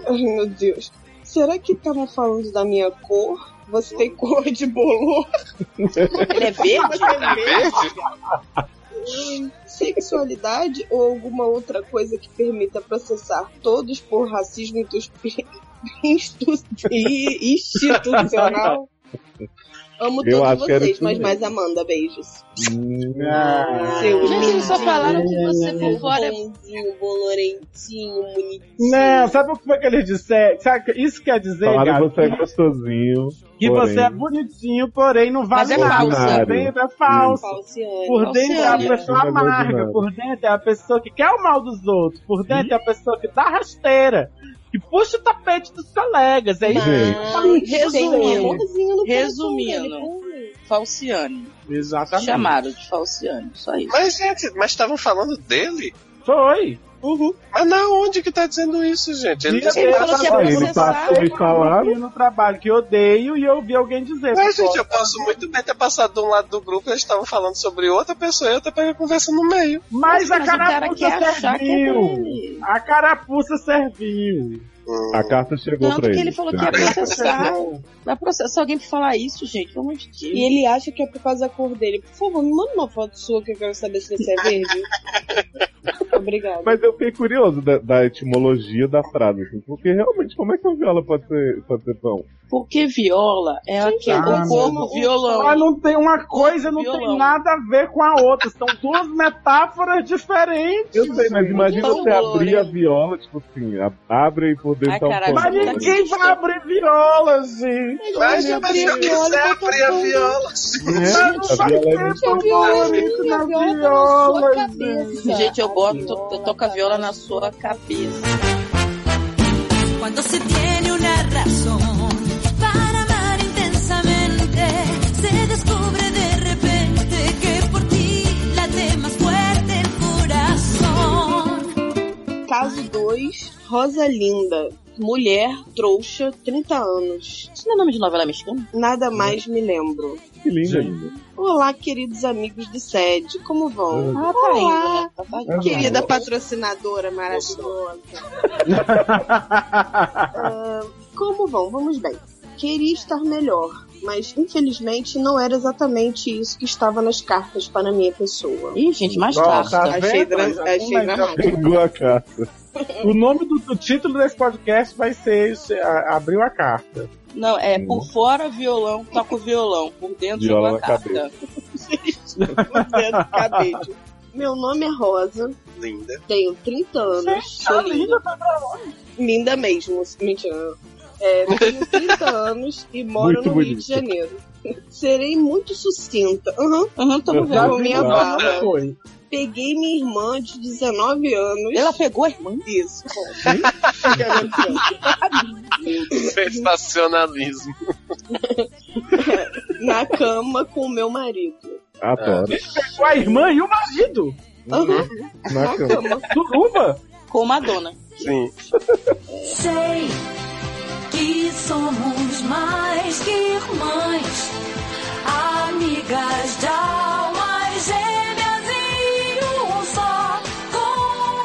Ai, meu Deus. Será que estavam falando da minha cor? Você tem cor de bolor? Ele é verde? Tá verde? Sexualidade ou alguma outra coisa que permita processar todos por racismo intus- instu- i- institucional? Amo Eu todos acho que era vocês, isso mas mesmo. mais Amanda, beijos. Ah. Seu Gente, eles só lindinho, falaram que você por é fora. Bonzinho, bolorentinho, bonitinho. Não, sabe o que foi que eles disseram? Sabe, o que- isso quer dizer, Falaram Gabi, que você é gostosinho. que porém. você é bonitinho, porém não Mas vale é nada. falsa. Por dentro é falso. Falciane. Por dentro é a Falciane. pessoa Não é amarga, nada. por dentro é a pessoa que quer o mal dos outros, por dentro é a pessoa que dá rasteira, que puxa o tapete dos colegas. É isso. Gente. Mas, resumindo, resumindo. Resumindo. Falciane. Tá Exatamente. Chamaram de Falciane, só isso. Mas, gente, mas estavam falando dele? Foi. Mas na onde que tá dizendo isso, gente? Ele Diga disse, Ele falou que é um Ele processar. passou- Me falaram. Eu no trabalho que eu odeio e eu ouvi alguém dizer. é tipo, mas, "Pô, gente, eu posso muito bem ter passado de um lado do grupo, eles estavam falando sobre outra pessoa e outra pega a conversa no meio. Mas a Mas o cara carapuça quer achar que é serviu. dele. A carapuça serviu. Hum, A carta chegou Tanto pra que ele. ele falou é que ia tá. processar. Vai processar alguém por falar isso, gente. Pelo amor de E Deus. ele acha que é por causa da cor dele. Por favor, me manda uma foto sua que eu quero saber se você é verde. Obrigada. Mas eu fiquei curioso da, da etimologia da frase, assim, porque realmente, como é que uma viola pode ser, pode ser pão? Porque viola é aquele ah, o corpo Mas violão. não tem uma coisa, não tem Violão. nada a ver com a outra. São duas metáforas diferentes. Eu sei, mas imagina Então, você abrir né? a viola, tipo assim, a- abre e por dentro Ai, tá um caralho, fone. Mas ninguém vai abrir viola, gente. Mas, mas se eu quiser abrir a viola, Né? Eu não A sei viola é quem muito- tão bonito na viola, gente. Gente, eu boto, to- toca viola na sua cabeça. Cuando se tiene una razón para amar intensamente, se descubre de repente que por ti late más fuerte el corazón. Caso 2, Rosalinda. Mulher, trouxa, 30 anos. Isso não é nome de novela mexicana? Nada mais me lembro. Que lindo ainda. Olá, queridos amigos do SED. Como vão? Ah, tá Olá, indo, né? Tá saindo. Querida patrocinadora maravilhosa. Ah, como vão? Vamos bem. Queria estar melhor, mas infelizmente não era exatamente isso que estava nas cartas para minha pessoa. Ih, gente, mais Ó, tá é tarde. Achei vendo? dra- Mas achei alguma dramático. Pegou a cara. O nome do, do título desse podcast vai ser esse, a- Abriu a Carta. Não, é Hum. por fora violão, toca o violão. Por dentro Viola joga a na carta. Dentro do cabelo. Meu nome é Rosa, linda. tenho 30 é anos, sou linda. Linda mesmo, mentira. É, tenho 30 anos e moro Muito no Rio bonita. de Janeiro. Serei muito sucinta. Aham, Aham, tamo Eu vendo. com minha Claro. barra. Foi. Peguei minha irmã de 19 anos. Ela pegou a irmã? Isso. bom. O que aconteceu? Sensacionalismo. Na cama com o meu marido. Adoro. Com a irmã e o marido. Aham, Na na cama. cama. Suruba. Com Madonna. Sim. Sei que somos mais que irmãs, amigas de almas gêmeas e um só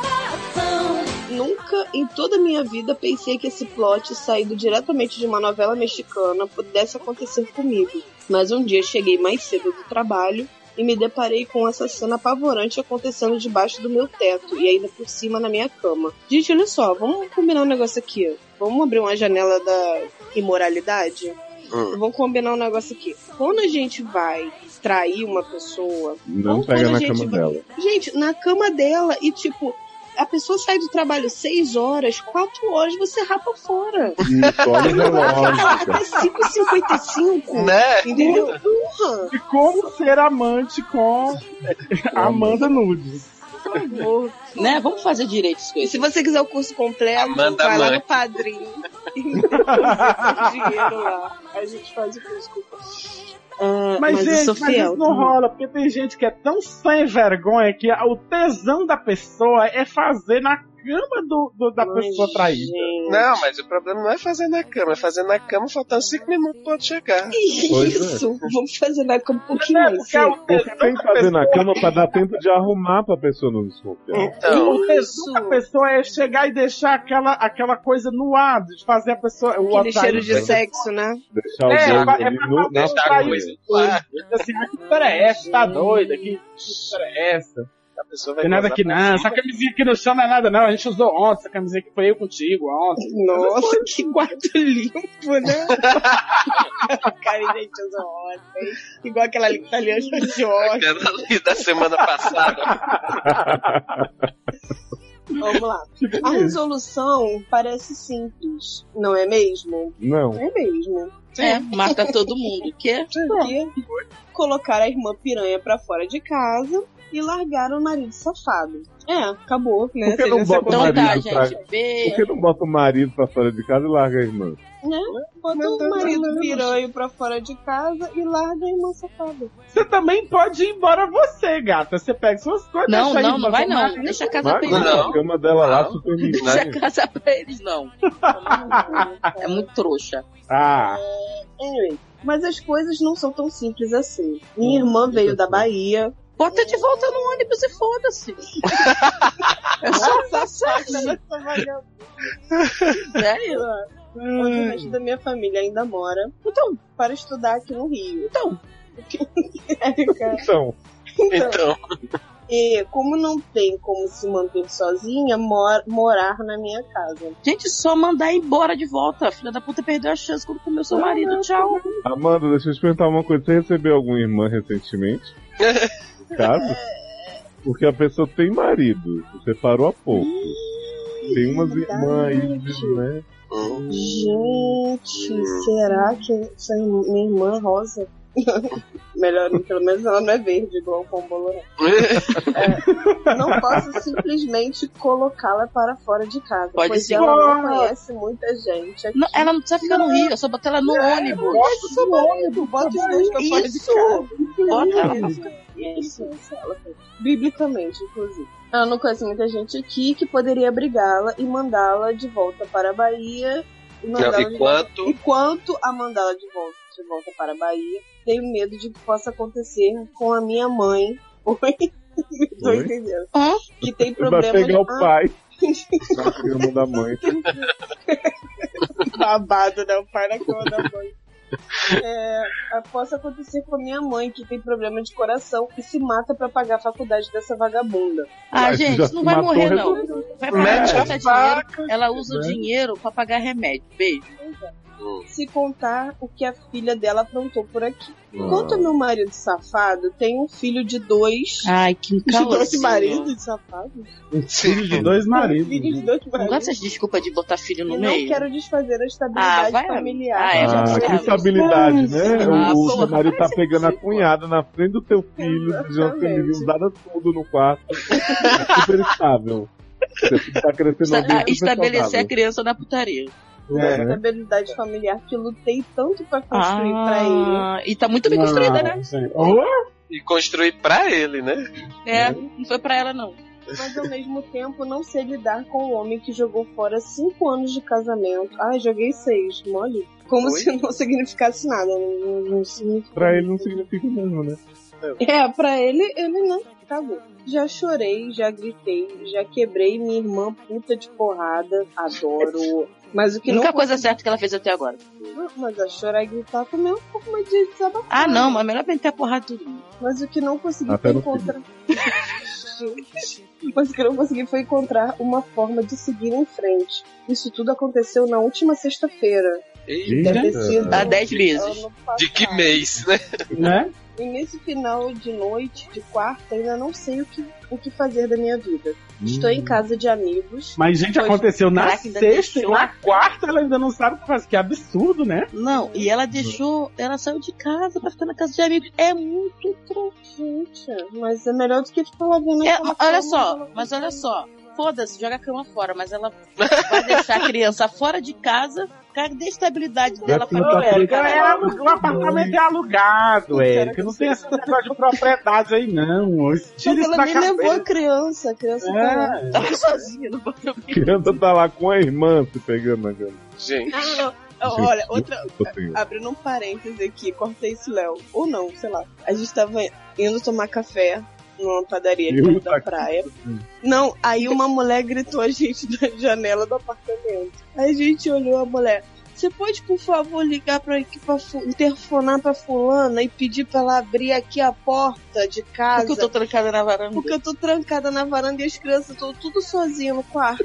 coração. Nunca em toda a minha vida pensei que esse plot saído diretamente de uma novela mexicana pudesse acontecer comigo. Mas um dia cheguei mais cedo do trabalho e me deparei com essa cena apavorante acontecendo debaixo do meu teto e ainda por cima na minha cama. Gente, olha só, vamos combinar um negócio aqui. Vamos abrir uma janela da imoralidade? Hum. Vamos combinar um negócio aqui. Quando a gente vai trair uma pessoa, Não Ou pega quando na a gente cama vai- dela. Gente, na cama dela e tipo, a pessoa sai do trabalho 6 horas, 4 horas você rapa fora. Tá Isso, olha na lógica. Até 5h55. Né? Entendeu? Porra! E como ser amante com é, Amanda Nudes. Por favor. Né? Vamos fazer direito as E coisas. se você quiser o curso completo, Amanda vai lá Mãe. no padrinho. E você faz dinheiro lá. A gente faz o curso completo. Ah, Mas, é eu sou gente, mas fiel isso não também. rola, porque tem gente que é tão sem vergonha que o tesão da pessoa é fazer na cama do, do- da Ai, pessoa traída. gente. Não, mas o problema não é fazer na cama, é fazer na cama faltando 5 minutos pra eu chegar. Pois é. Isso, vamos fazer na cama um pouquinho Né? mais. Porque é o Porque tesão tem que da fazer pessoa. na cama pra dar tempo de arrumar pra pessoa não desconfiar. Então, O tesão da pessoa é chegar e deixar aquela, aquela coisa no ar, de fazer a pessoa. O Aquele atraído- cheiro de sexo, né? Deixar o É, é dedo pra- é ali pra no, na deixar a coisa folha. no ar. Assim, ah, que história é essa? Tá doida? Que história é essa? A pessoa vai Tem nada gozar aqui pra não, cima. essa camisinha aqui no chão não é nada não, a gente usou ontem, essa camisinha aqui foi eu contigo ontem. Nossa, que guarda limpo, né? Cara, gente, usa ontem. Igual aquela italiana de ódio. Aquela ali da semana passada. né? Vamos lá. A resolução parece simples, não é mesmo? Não. É mesmo. É, marca todo mundo. Que? Porque colocar a irmã piranha pra fora de casa e largar o nariz safado. É, acabou, né? Por que Vocês não já se bota o acostumam. Então tá, marido pra- gente. Beijo. Por que não bota o marido pra fora de casa e larga a irmã? Bota o marido piranha pra fora de casa e larga a irmã safada. Você também pode ir embora você, gata. Você pega suas coisas. Não, deixa não, aí, não vai mas não. marido- Deixa a casa Vai pra não. eles. na cama dela lá, é Não. super Deixa menina. a casa pra eles, não. É muito trouxa. Ah, Anyway, É, mas as coisas não são tão simples assim. Minha irmã veio da Bahia. Bota de volta no ônibus e foda-se. É só passagem. É Onde isso. o Hum, resto da minha família ainda mora. Então, para estudar aqui no Rio. Então, É, cara. Então, Então, E como não tem como se manter sozinha, mor- morar na minha casa. Gente, só mandar embora de volta. A filha da puta perdeu a chance quando comeu seu marido. Tchau. Amanda, deixa eu te perguntar uma coisa. Você recebeu alguma irmã recentemente? Caso? Porque a pessoa tem marido. Você parou há pouco. Tem umas irmãs aí, de- né? Hum. Gente, será que essa irmã- minha irmã é rosa? Melhor, pelo menos ela não é verde, igual o Pombolão. Não posso simplesmente colocá-la para fora de casa, Pode pois sim. ela não conhece muita gente. aqui. Não, ela não precisa ficar no Rio, eu só botar ela no ônibus. É, Bota o marido, bota os dois pra fora de Isso. casa. Bota ela. Isso, isso, ela fez. Biblicamente, inclusive. Ela não conhece muita gente aqui que poderia abrigá-la e mandá-la de volta para a Bahia. E mandá-la de volta- Enquanto. Enquanto a mandá-la de volta, de volta para a Bahia, tenho medo de que possa acontecer com a minha mãe. Oi? Tô Oi? entendendo. Hã? Que tem Vai problema de... pegar o Ah, pai. Tá pegando da mãe. babado, né? O pai na cama da mãe. É, a- possa acontecer com a minha mãe, que tem problema de coração e se mata pra pagar a faculdade dessa vagabunda. Ah, Mas gente, já não vai matou morrer, o não. Vai pagar Mete a ela dinheiro. Ela usa né? o dinheiro pra pagar remédio. Beijo. se contar o que a filha dela aprontou por aqui. Ah. Enquanto meu marido safado tem um filho de dois. Ai, que de dois calorzinho. maridos safados? Um filho de dois Ah. Uhum. Filho de maridos. dois Não gosta maridos. dessas desculpas de botar filho no E não meio? quero desfazer a Ah, estabilidade vai- familiar. Ah, é, já Ah, foi que ela. estabilidade, né? Ah, O, o porra. seu marido tá pegando a cunhada na frente do teu filho, já Exatamente. sendo usada tudo no quarto. É super estável. Você tá crescendo ah, Esta- alguém super ah, estabelecer a saudável. criança na putaria. É. né? Estabilidade familiar que lutei tanto pra construir pra ele. Ah, e tá muito bem construída, né? gente. Oh, E construir pra ele, né? É, não foi pra ela, não. Mas ao mesmo tempo não sei lidar com o homem que jogou fora cinco anos de casamento. Ah, joguei seis, mole. Como Oi? se não significasse nada. né? Não, não significa Pra ele não significa mesmo, né? É, pra ele, ele não. Acabou. Já chorei, já gritei, já quebrei minha irmã puta de porrada. Adoro. Mas o que Que Nunca não. coisa certa que ela fez até agora. Mas a chorar e gritar também é um pouco mais de desabafo. Ah, não, mas melhor meter a porrada tudo. Mas o que não consegui Até foi no encontrar. Mas o que não consegui foi encontrar uma forma de seguir em frente. Isso tudo aconteceu na última sexta-feira. E Deve ter É. Eita. sido Há 10 meses. ano de que passado. mês, né? Né? E nesse final de noite, de quarta, ainda não sei o que, o que fazer da minha vida. Estou Hum. em casa de amigos. Mas, gente, Pois, aconteceu na caraca, ainda sexta e deixou. na quarta ela ainda não sabe o que faz. Que absurdo, né? Não, e ela deixou, ela saiu de casa pra ficar na casa de amigos. É muito trouxa. Gente, mas é melhor do que ficar lá vendo É, aquela olha cama, só, aquela- mas olha só. Foda-se, joga a cama fora, mas ela vai deixar a criança fora de casa, cadê a estabilidade dela Não, pra é, É, o apartamento é alugado, é. Que não tem esse negócio de propriedade aí, não. Então, Mas Tira isso ela da nem levou a cabeça. criança, a criança tá lá. É. Tava sozinha no apartamento. A criança tá lá com a irmã se pegando na cama. Tipo assim, Gente. Ah, não, não. Olha, outra. Eu tenho. Abrindo um parêntese aqui, cortei isso, Léo. Ou não, sei lá. A gente tava indo tomar café numa padaria aqui Eu perto da tá- praia. Não, aí uma mulher gritou a gente da janela do apartamento. Aí a gente olhou a mulher. Você pode, por favor, ligar pra aqui pra fu- interfonar pra fulana e pedir pra ela abrir aqui a porta de casa? Porque eu tô trancada na varanda. Porque eu tô trancada na varanda e as crianças estão tudo sozinhas no quarto.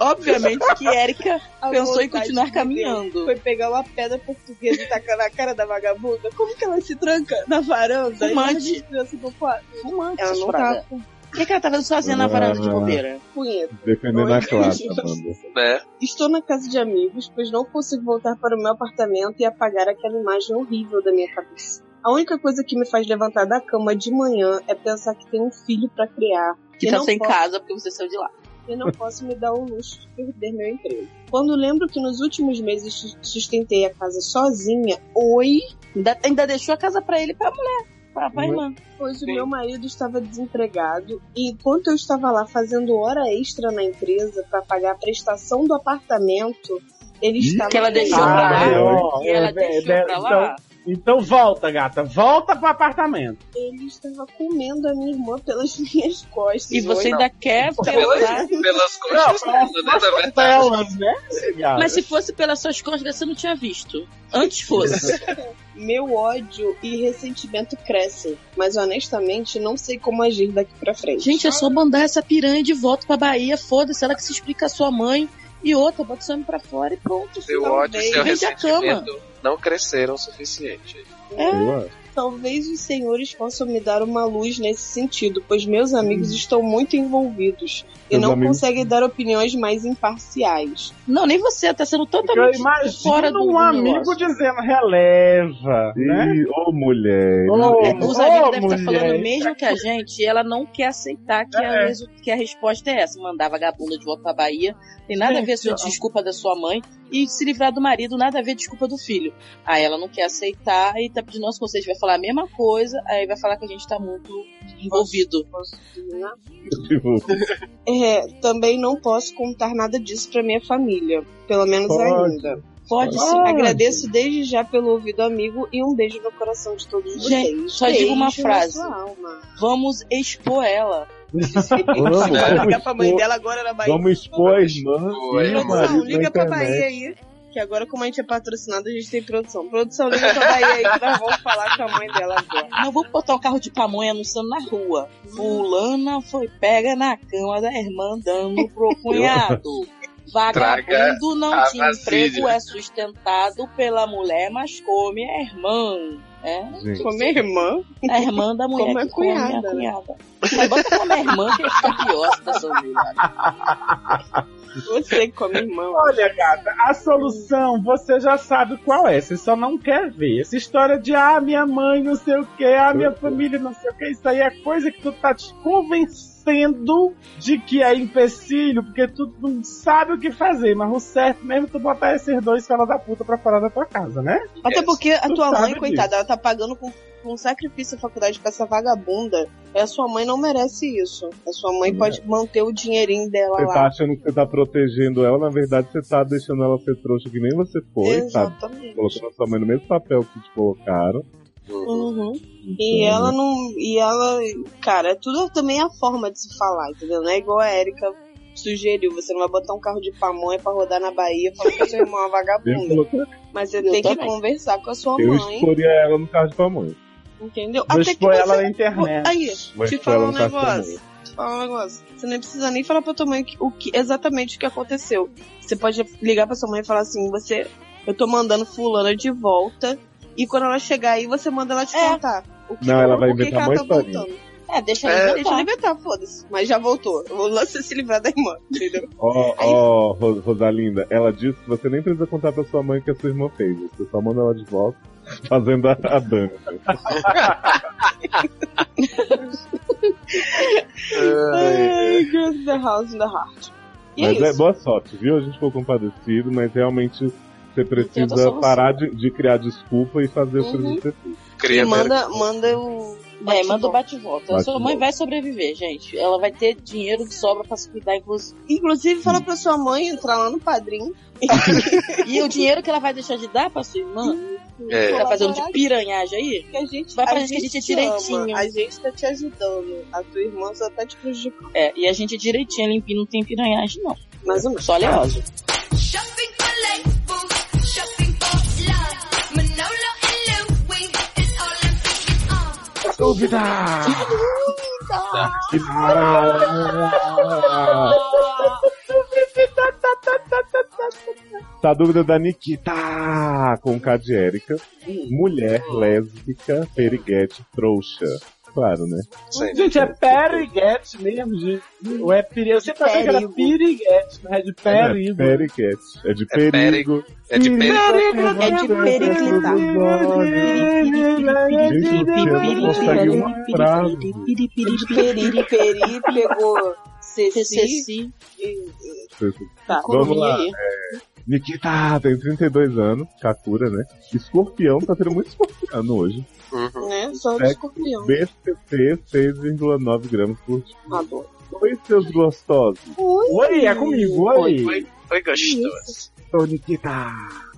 Obviamente que Érica A pensou em vontade continuar de Deus caminhando. Foi pegar uma pedra portuguesa e tacar na cara da vagabunda. Como que ela se tranca na varanda? Fumante. E as crianças no quarto? Fumante, Ela não Fraga. tá com Por que, que ela tá fazendo sozinha na varanda de Ah. bobeira? punheta. Defendendo a Oi, classe, gente. Amanda. Né? Estou na casa de amigos, pois não consigo voltar para o meu apartamento e apagar aquela imagem horrível da minha cabeça. A única coisa que me faz levantar da cama de manhã é pensar que tem um filho pra criar. Que E tá não sem posso- casa porque você saiu de lá. e não posso me dar o luxo de perder meu emprego. Quando lembro que nos últimos meses sus- sustentei a casa sozinha, oi, Ainda, ainda deixou a casa pra ele e pra mulher. Pra, pra irmã. pois o Sim. meu marido estava desempregado e enquanto eu estava lá fazendo hora extra na empresa para pagar a prestação do apartamento, Ele está Que ela deixou Ah, pra lá. é, ó, que ela é, deixou é, pra lá. Então volta, gata. Volta pro apartamento. Ele estava comendo a minha irmã pelas minhas costas. E você Hoje- ainda quer É pensar. Pelas, pelas costas dela, né, na verdade. Telas, né? gata? Mas se fosse pelas suas costas, você não tinha visto. Antes fosse. Meu ódio e ressentimento crescem, mas honestamente não sei como agir daqui pra frente. Gente, é só mandar essa piranha de volta pra Bahia. Foda-se, ela que se explica a sua mãe. E outra, bota seu homem pra fora e pronto. Seu final, ódio e bem. seu Vende a cama. ressentimento não cresceram o suficiente. É. Eu acho. Talvez os senhores possam me dar uma luz nesse sentido, pois meus Hum. amigos estão muito envolvidos e Meus não amigos- conseguem dar opiniões mais imparciais. Não, nem você, tá sendo Eu totalmente fora imagino do um amigo negócio. dizendo releva, né? Ih, ô mulher. Ô, É, ô, Os amigos devem estar mulher, falando o mesmo que a gente e ela não quer aceitar que, a, resu- que a resposta é essa. Mandar a vagabunda de volta pra Bahia. Tem nada a ver a sua desculpa da sua mãe. E se livrar do marido, nada a ver a desculpa do filho. Aí ela não quer aceitar e tá pedindo nosso conselho. Vai falar a mesma coisa, aí vai falar que a gente tá muito envolvido. Tipo, É, também não posso contar nada disso pra minha família, pelo menos Pode. ainda. Pode sim. Agradeço desde já pelo ouvido amigo e um beijo no coração de todos vocês. Gente, só digo uma Beijo na frase. sua alma. Vamos expor ela. vamos, Vai vamos ligar pra mãe expor, dela agora na Bahia. vamos expor a irmã Oi, e o irmã. Produção, marido na liga pra Bahia internet. aí. Que agora, como a gente é patrocinado, a gente tem produção. Produção, liga pra Bahia aí que nós vamos falar com a mãe dela agora. Não vou botar um carro de pamonha anunciando na rua. Fulana foi pega na cama da irmã dando pro cunhado. Vagabundo não a tinha emprego, vasilha. é sustentado pela mulher, mas come a irmã. É, Gente, Com a minha irmã, a irmã da mulher Como a que come a cunhada, né? cunhada. Mas bota como a irmã que fica pior tá da sua vida. você com a minha irmã. Olha, gata, a solução você já sabe qual é, você só não quer ver. Essa história de, ah, minha mãe não sei o que, ah, minha família não sei o que, isso aí é coisa que tu tá te convencendo de que é empecilho, porque tu não sabe o que fazer, mas o certo mesmo é tu botar esses dois fela da puta pra fora da tua casa, né? Até Yes. porque a Tu tua sabe mãe, disso. coitada, ela tá pagando com, com sacrifício a faculdade pra essa vagabunda. E a sua mãe não merece isso. A sua É. mãe pode manter o dinheirinho dela você tá lá. achando que você tá protegendo ela, na verdade você tá deixando ela ser trouxa que nem você foi, sabe? Exatamente. Colocando a sua mãe no mesmo papel que te colocaram. Uhum. E né? ela não. E ela. Cara, tudo também é a forma de se falar, entendeu? Não é igual a Erika sugeriu. Você não vai botar um carro de pamonha pra rodar na Bahia falando que seu irmão é uma Eu, vagabunda. coloquei- Mas você Eu tem que também. conversar com a sua eu mãe, exporia ela no carro de pamonha. entendeu? Vou Até que expor ela você. na internet. Aí, Vou te expor falar ela um no carro de negócio. pamonha. Te falar um negócio. Você nem precisa nem falar pra tua mãe o que- o que, exatamente o que aconteceu. Você pode ligar pra sua mãe e falar assim, você. Eu tô mandando fulana de volta. E quando ela chegar aí, você manda ela te É. contar. O que, Não, ela vai o que que inventar ela mais tá historinha. voltando. É, deixa É. ela Deixa eu voltar. libertar, foda-se. Mas já voltou. O lance é se livrar da irmã, entendeu? Ó, ó, Ro- Rosalinda, ela disse que você nem precisa contar pra sua mãe o que a sua irmã fez. Você só manda ela de volta fazendo a, a dana. Ai, Girls in the House in the Heart. E é. Mas é é isso. boa sorte, viu? A gente ficou compadecido, mas realmente você outra precisa solução. parar de, de criar desculpa e fazer o Uhum. serviço ser feito. E Cria manda, manda o. É, manda o bate-volta. A sua Bate-volta. mãe vai sobreviver, gente. Ela vai ter dinheiro de sobra pra se cuidar, inclusive. Inclusive, Hum. fala pra sua mãe entrar lá no padrinho. E o dinheiro que ela vai deixar de dar pra sua irmã, É. que tá fazendo de piranhagem aí, Que a gente, Vai a fazer que a gente é te ama, direitinho. A gente tá te ajudando. A tua irmã só tá te prejudicando. É, e a gente direitinho, limpinho, não tem piranhagem, não. Mais ou menos. Só oleoso. Shopping for labels, shopping for love. Manolo and Louis is all I'm thinking of. Dúvida! Que maravilha! Tá a dúvida da Nikita com K de Érica. Mulher, lésbica, periguete, trouxa. Claro, né? Gente, é periguete mesmo, gente. Ou é peri... Eu sempre achei que era Perigo. piriguete, mas é de perigo. É periguete. É de É perigo. É de perigo. É de periclitar. Gente, Luciano não consegue uma frase. Peri, peri, pegou Ceci. CCC. Tá. Vamos lá. Aí. Nikita tá, tem 32 anos, Kakura, né? Escorpião, tá tendo muito escorpião hoje. Uhum. Né? Só o É. escorpião. BCC 6,9 gramas por dia. Ah, Adoro. Oi, seus gostosos. Oi, é comigo, oi. Foi, foi gostoso. Sou Nikita.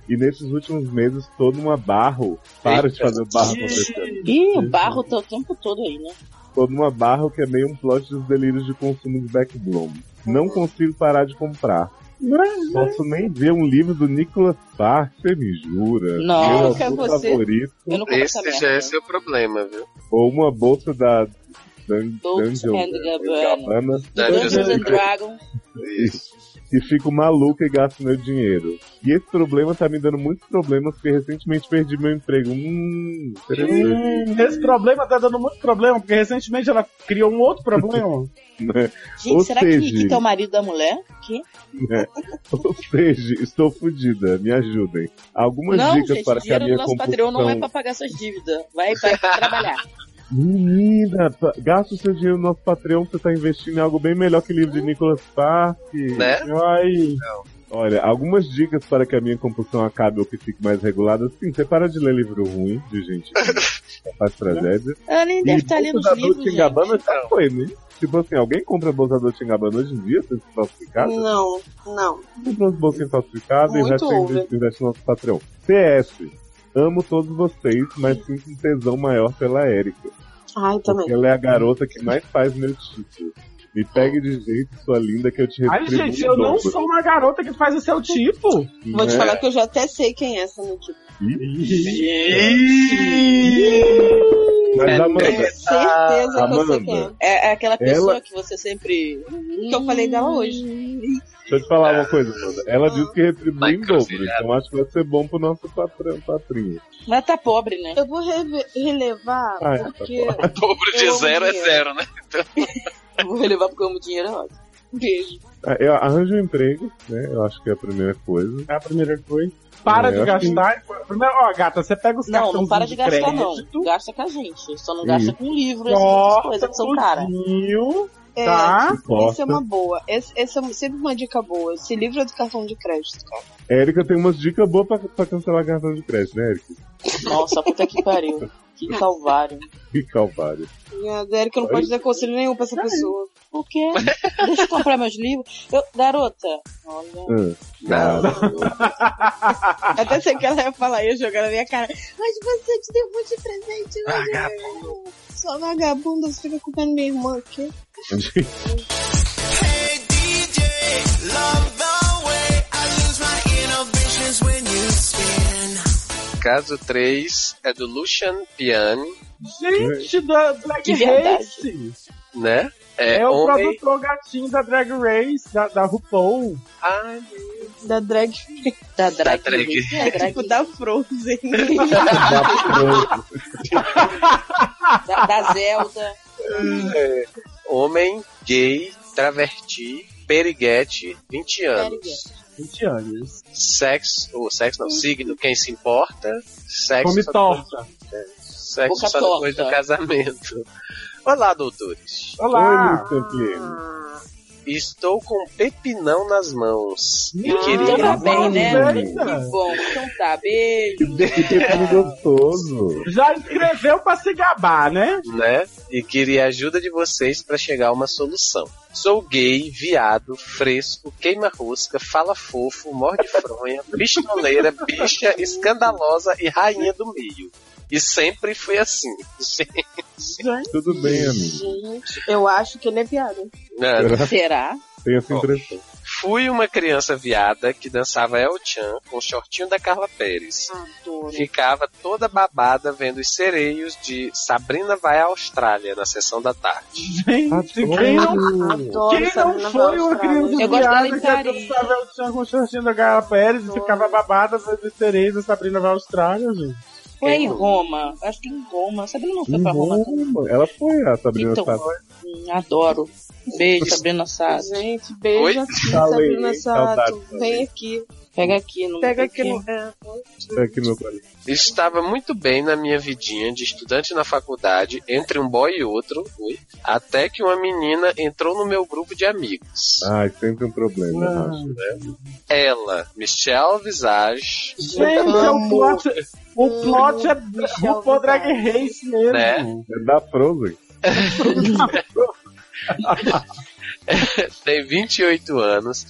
E nesses últimos meses, todo uma barro. Para de fazer o barro acontecer. Ih, o barro tá o tempo todo aí, né? Todo uma barro que é meio um plot dos delírios de consumo de Backbloom. Não consigo parar de comprar. Posso nem ver um livro do Nicholas Sparks, você me jura? Não, Meu que é autor você. favorito. Eu não compro essa Esse já é merda. seu problema, viu? Ou uma bolsa da Dun Dolce Dungeon and Gabbana. Gabbana. Dungeons Dungeons and and Dragons. e fico maluca e gasto meu dinheiro. E esse problema tá me dando muitos problemas porque recentemente perdi meu emprego. Hum, interessante, Hum, esse problema tá dando muito problema, porque recentemente ela criou um outro problema. né? Gente, Ou será seja, que Nikita é o marido da mulher? Que? Ou seja, estou fodida, me ajudem. Algumas não, dicas gente, o para que a dinheiro do minha nosso Patreon não é compulsão... pra pagar suas dívidas. Vai, vai trabalhar. Menina, pa- gasta o seu dinheiro no nosso Patreon, você tá investindo em algo bem melhor que livro de Nicholas Sparks. Né? Ai, Olha, algumas dicas para que a minha compulsão acabe ou que fique mais regulada. Sim, você para de ler livro ruim de gente que faz tragédia. Ela nem deve estar lendo os livros, gente. Tingabana já foi, né? Tipo assim, alguém compra bolsa da Tingabana hoje em dia, sendo Hum. falsificada? Não, não. Comprou as bolsas falsificadas e Muito investe em- over. investe no nosso Patreon. PS. Amo todos vocês, mas sinto um tesão maior pela Erika. Ai, tá. também. Ela é a garota que mais faz meu título. Me pegue de jeito, sua linda, que eu te ai, retribuo gente, em eu não dobro. sou uma garota que faz o seu tipo. Vou te Né? falar que eu já até sei quem é essa Nikita. Mas, Amanda, Tenho certeza que eu É. Amanda. sei quem é. É, é aquela pessoa Ela- que você sempre. Que eu falei dela Pues hoje. deixa eu te falar uma coisa, Amanda. Ela diz que retribui Vai em dobro, encruzilhada. então acho que vai ser bom pro nosso patrão, patrinho. Mas tá pobre, né? Eu vou reve- relevar Ah, é, porque. Dobro de Eu amo zero é dinheiro. zero, né? Eu vou relevar porque eu amo dinheiro, é ótimo. Beijo. Ah, Eu arranjo um emprego, né? Eu acho que é a primeira coisa. É a primeira coisa. Para É, de eu acho que- gastar. Primeiro, ó, gata, você pega os Não, cartões não para de gastar, não. crédito, Gasta com a gente. Só não gasta Isso. com livro, essas outras Corta coisas que são caras. tudinho, É, tá? Essa Posta. é uma boa. Essa, essa é sempre uma dica boa. Se livra do cartão de crédito, cara. Érica tem umas dicas boas pra, pra cancelar cartão de crédito, né, Érica? Nossa, puta que pariu. Que calvário. Que calvário. E a Derek não pode dar conselho nenhum pra essa pessoa. O quê? Deixa eu comprar meus livros. Eu- garota, olha. Ah, Até sei que ela ia falar, ia jogar na minha cara. Mas você te deu muito de presente, vagabundo. Só vagabunda, você fica culpando minha irmã, o quê? Hey DJ, love the way I lose my inhibitions when you spin. Caso 3 é do Lucian Piani, Gente da Drag Que verdade. Race. né? É, É, o homem. produtor gatinho da Drag Race, da, da RuPaul. Ai, Da drag, Da drag. Da drag. Da drag. tipo, da Frozen. dá Da, da Zelda. homem gay, traverti, periguete, 20 anos. 20 anos. Sexo, ou sexo Uhum. não, signo, quem se importa. Sexo, Come É só depois, torta. sexo Boca só depois torta. do casamento. Olá, doutores. Olá. Oi, Lucian Pinheiro. Estou com um pepinão nas mãos. E Menina, queria um Então tá bem, né? Eita. Que bom. Então tá, beijo. Que pepino gostoso. Já escreveu pra se gabar, né? né? E queria a ajuda de vocês para chegar a uma solução. Sou gay, viado, fresco, queima-rosca, fala fofo, morde fronha, pistoleira, bicha, escandalosa e rainha do meio. E sempre fui assim. Tudo bem, amigo. Gente, eu acho que ele é viado. Né? Será? Tem essa impressão. Fui uma criança viada que dançava El Chan com o shortinho da Carla Pérez. Ficava toda babada vendo os sereios de Sabrina vai à Austrália na sessão da tarde. Gente, Adoro. quem não, quem Adoro não foi uma criança Eu gosto dela viada em é que é Paris. dançava o Tchan com o shortinho da Carla Pérez e ficava babada fazendo sereia da Sabrina vai à Austrália, gente? Foi em Eu. Roma. Acho que em Roma. Sabrina não foi pra Roma. Hum, Ela foi a Sabrina Então, Sato. Hum, adoro. Beijo, Sabrina Sato. Gente, Oi? beijo aqui, Falei, Sabrina saudade Sato. também. Vem aqui. Pega aqui. Não Pega aqui. aqui no. é. aqui no meu país. Estava muito bem na minha vidinha de estudante na faculdade, entre um boy e outro, ui, até que uma menina entrou no meu grupo de amigos. Ai, sempre um problema, Ah. eu acho. Ela, Michelle Visage, Gente, é o plot, o plot é RuPaul Drag Race mesmo. Né? É da Frozen. tem 28 anos,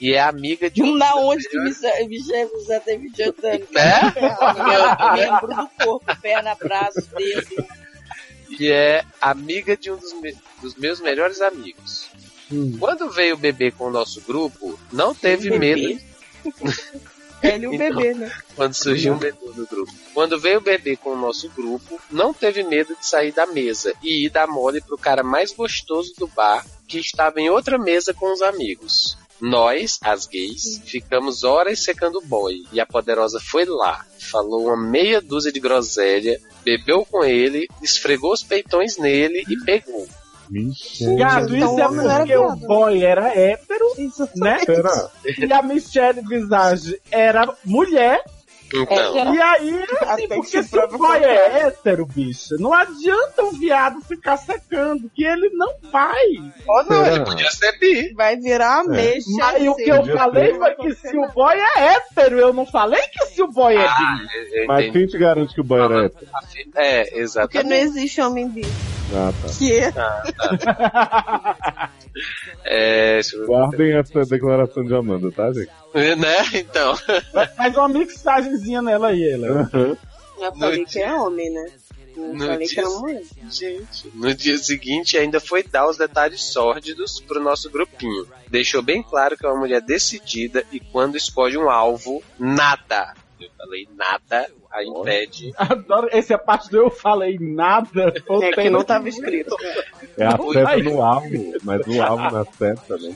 E é amiga de Hum. De um um. da onde que o Michel José tem 28 anos. Né? Eu lembro do corpo, perna, braço, dedo. E é amiga de um dos, me- dos meus melhores amigos. Hum. Quando veio o bebê com o nosso grupo, não teve Bebê. medo Ele e o Então. bebê, né? quando surgiu um bebê no grupo. Quando veio o bebê com o nosso grupo, não teve medo de sair da mesa e ir dar mole pro cara mais gostoso do bar, que estava em outra mesa com os amigos. Nós, as gays, ficamos horas secando o boy e a poderosa foi lá, falou uma meia dúzia de groselha, bebeu com ele, esfregou os peitões nele e pegou. Gado, isso então o homem não é era porque o viado. boy era hétero, né? Será? E a Michelle Visage era mulher. É, Então, E aí, Até que porque se se o prova boy é hétero, bicho, não adianta o viado ficar secando, que ele não vai. Ó, não, Será? ele podia ser bi. vai virar ameixa. Mas o assim. que eu Podia falei ser. foi que se o boy é hétero, eu não falei que se o boy é bi. Eu Mas entendi. quem te garante que o boy era hétero? É, Porque não exatamente. existe homem bi. Ah, tá. Que é É, isso- Guardem essa declaração de Amanda, tá, gente? né? Então. Faz uma mixagenzinha nela aí, ela. Eu No falei dia- que é homem, né? Eu no falei que é era dia- mulher. Gente, no dia seguinte ainda foi dar os detalhes sórdidos pro nosso grupinho. Deixou bem claro que é uma mulher decidida e quando escolhe um alvo, nada. Eu falei nada a impede. Adoro. Essa é a parte do eu falei nada. ou É que tem- não tava escrito. É a Não seta vai. no alvo, mas o alvo na seta, né?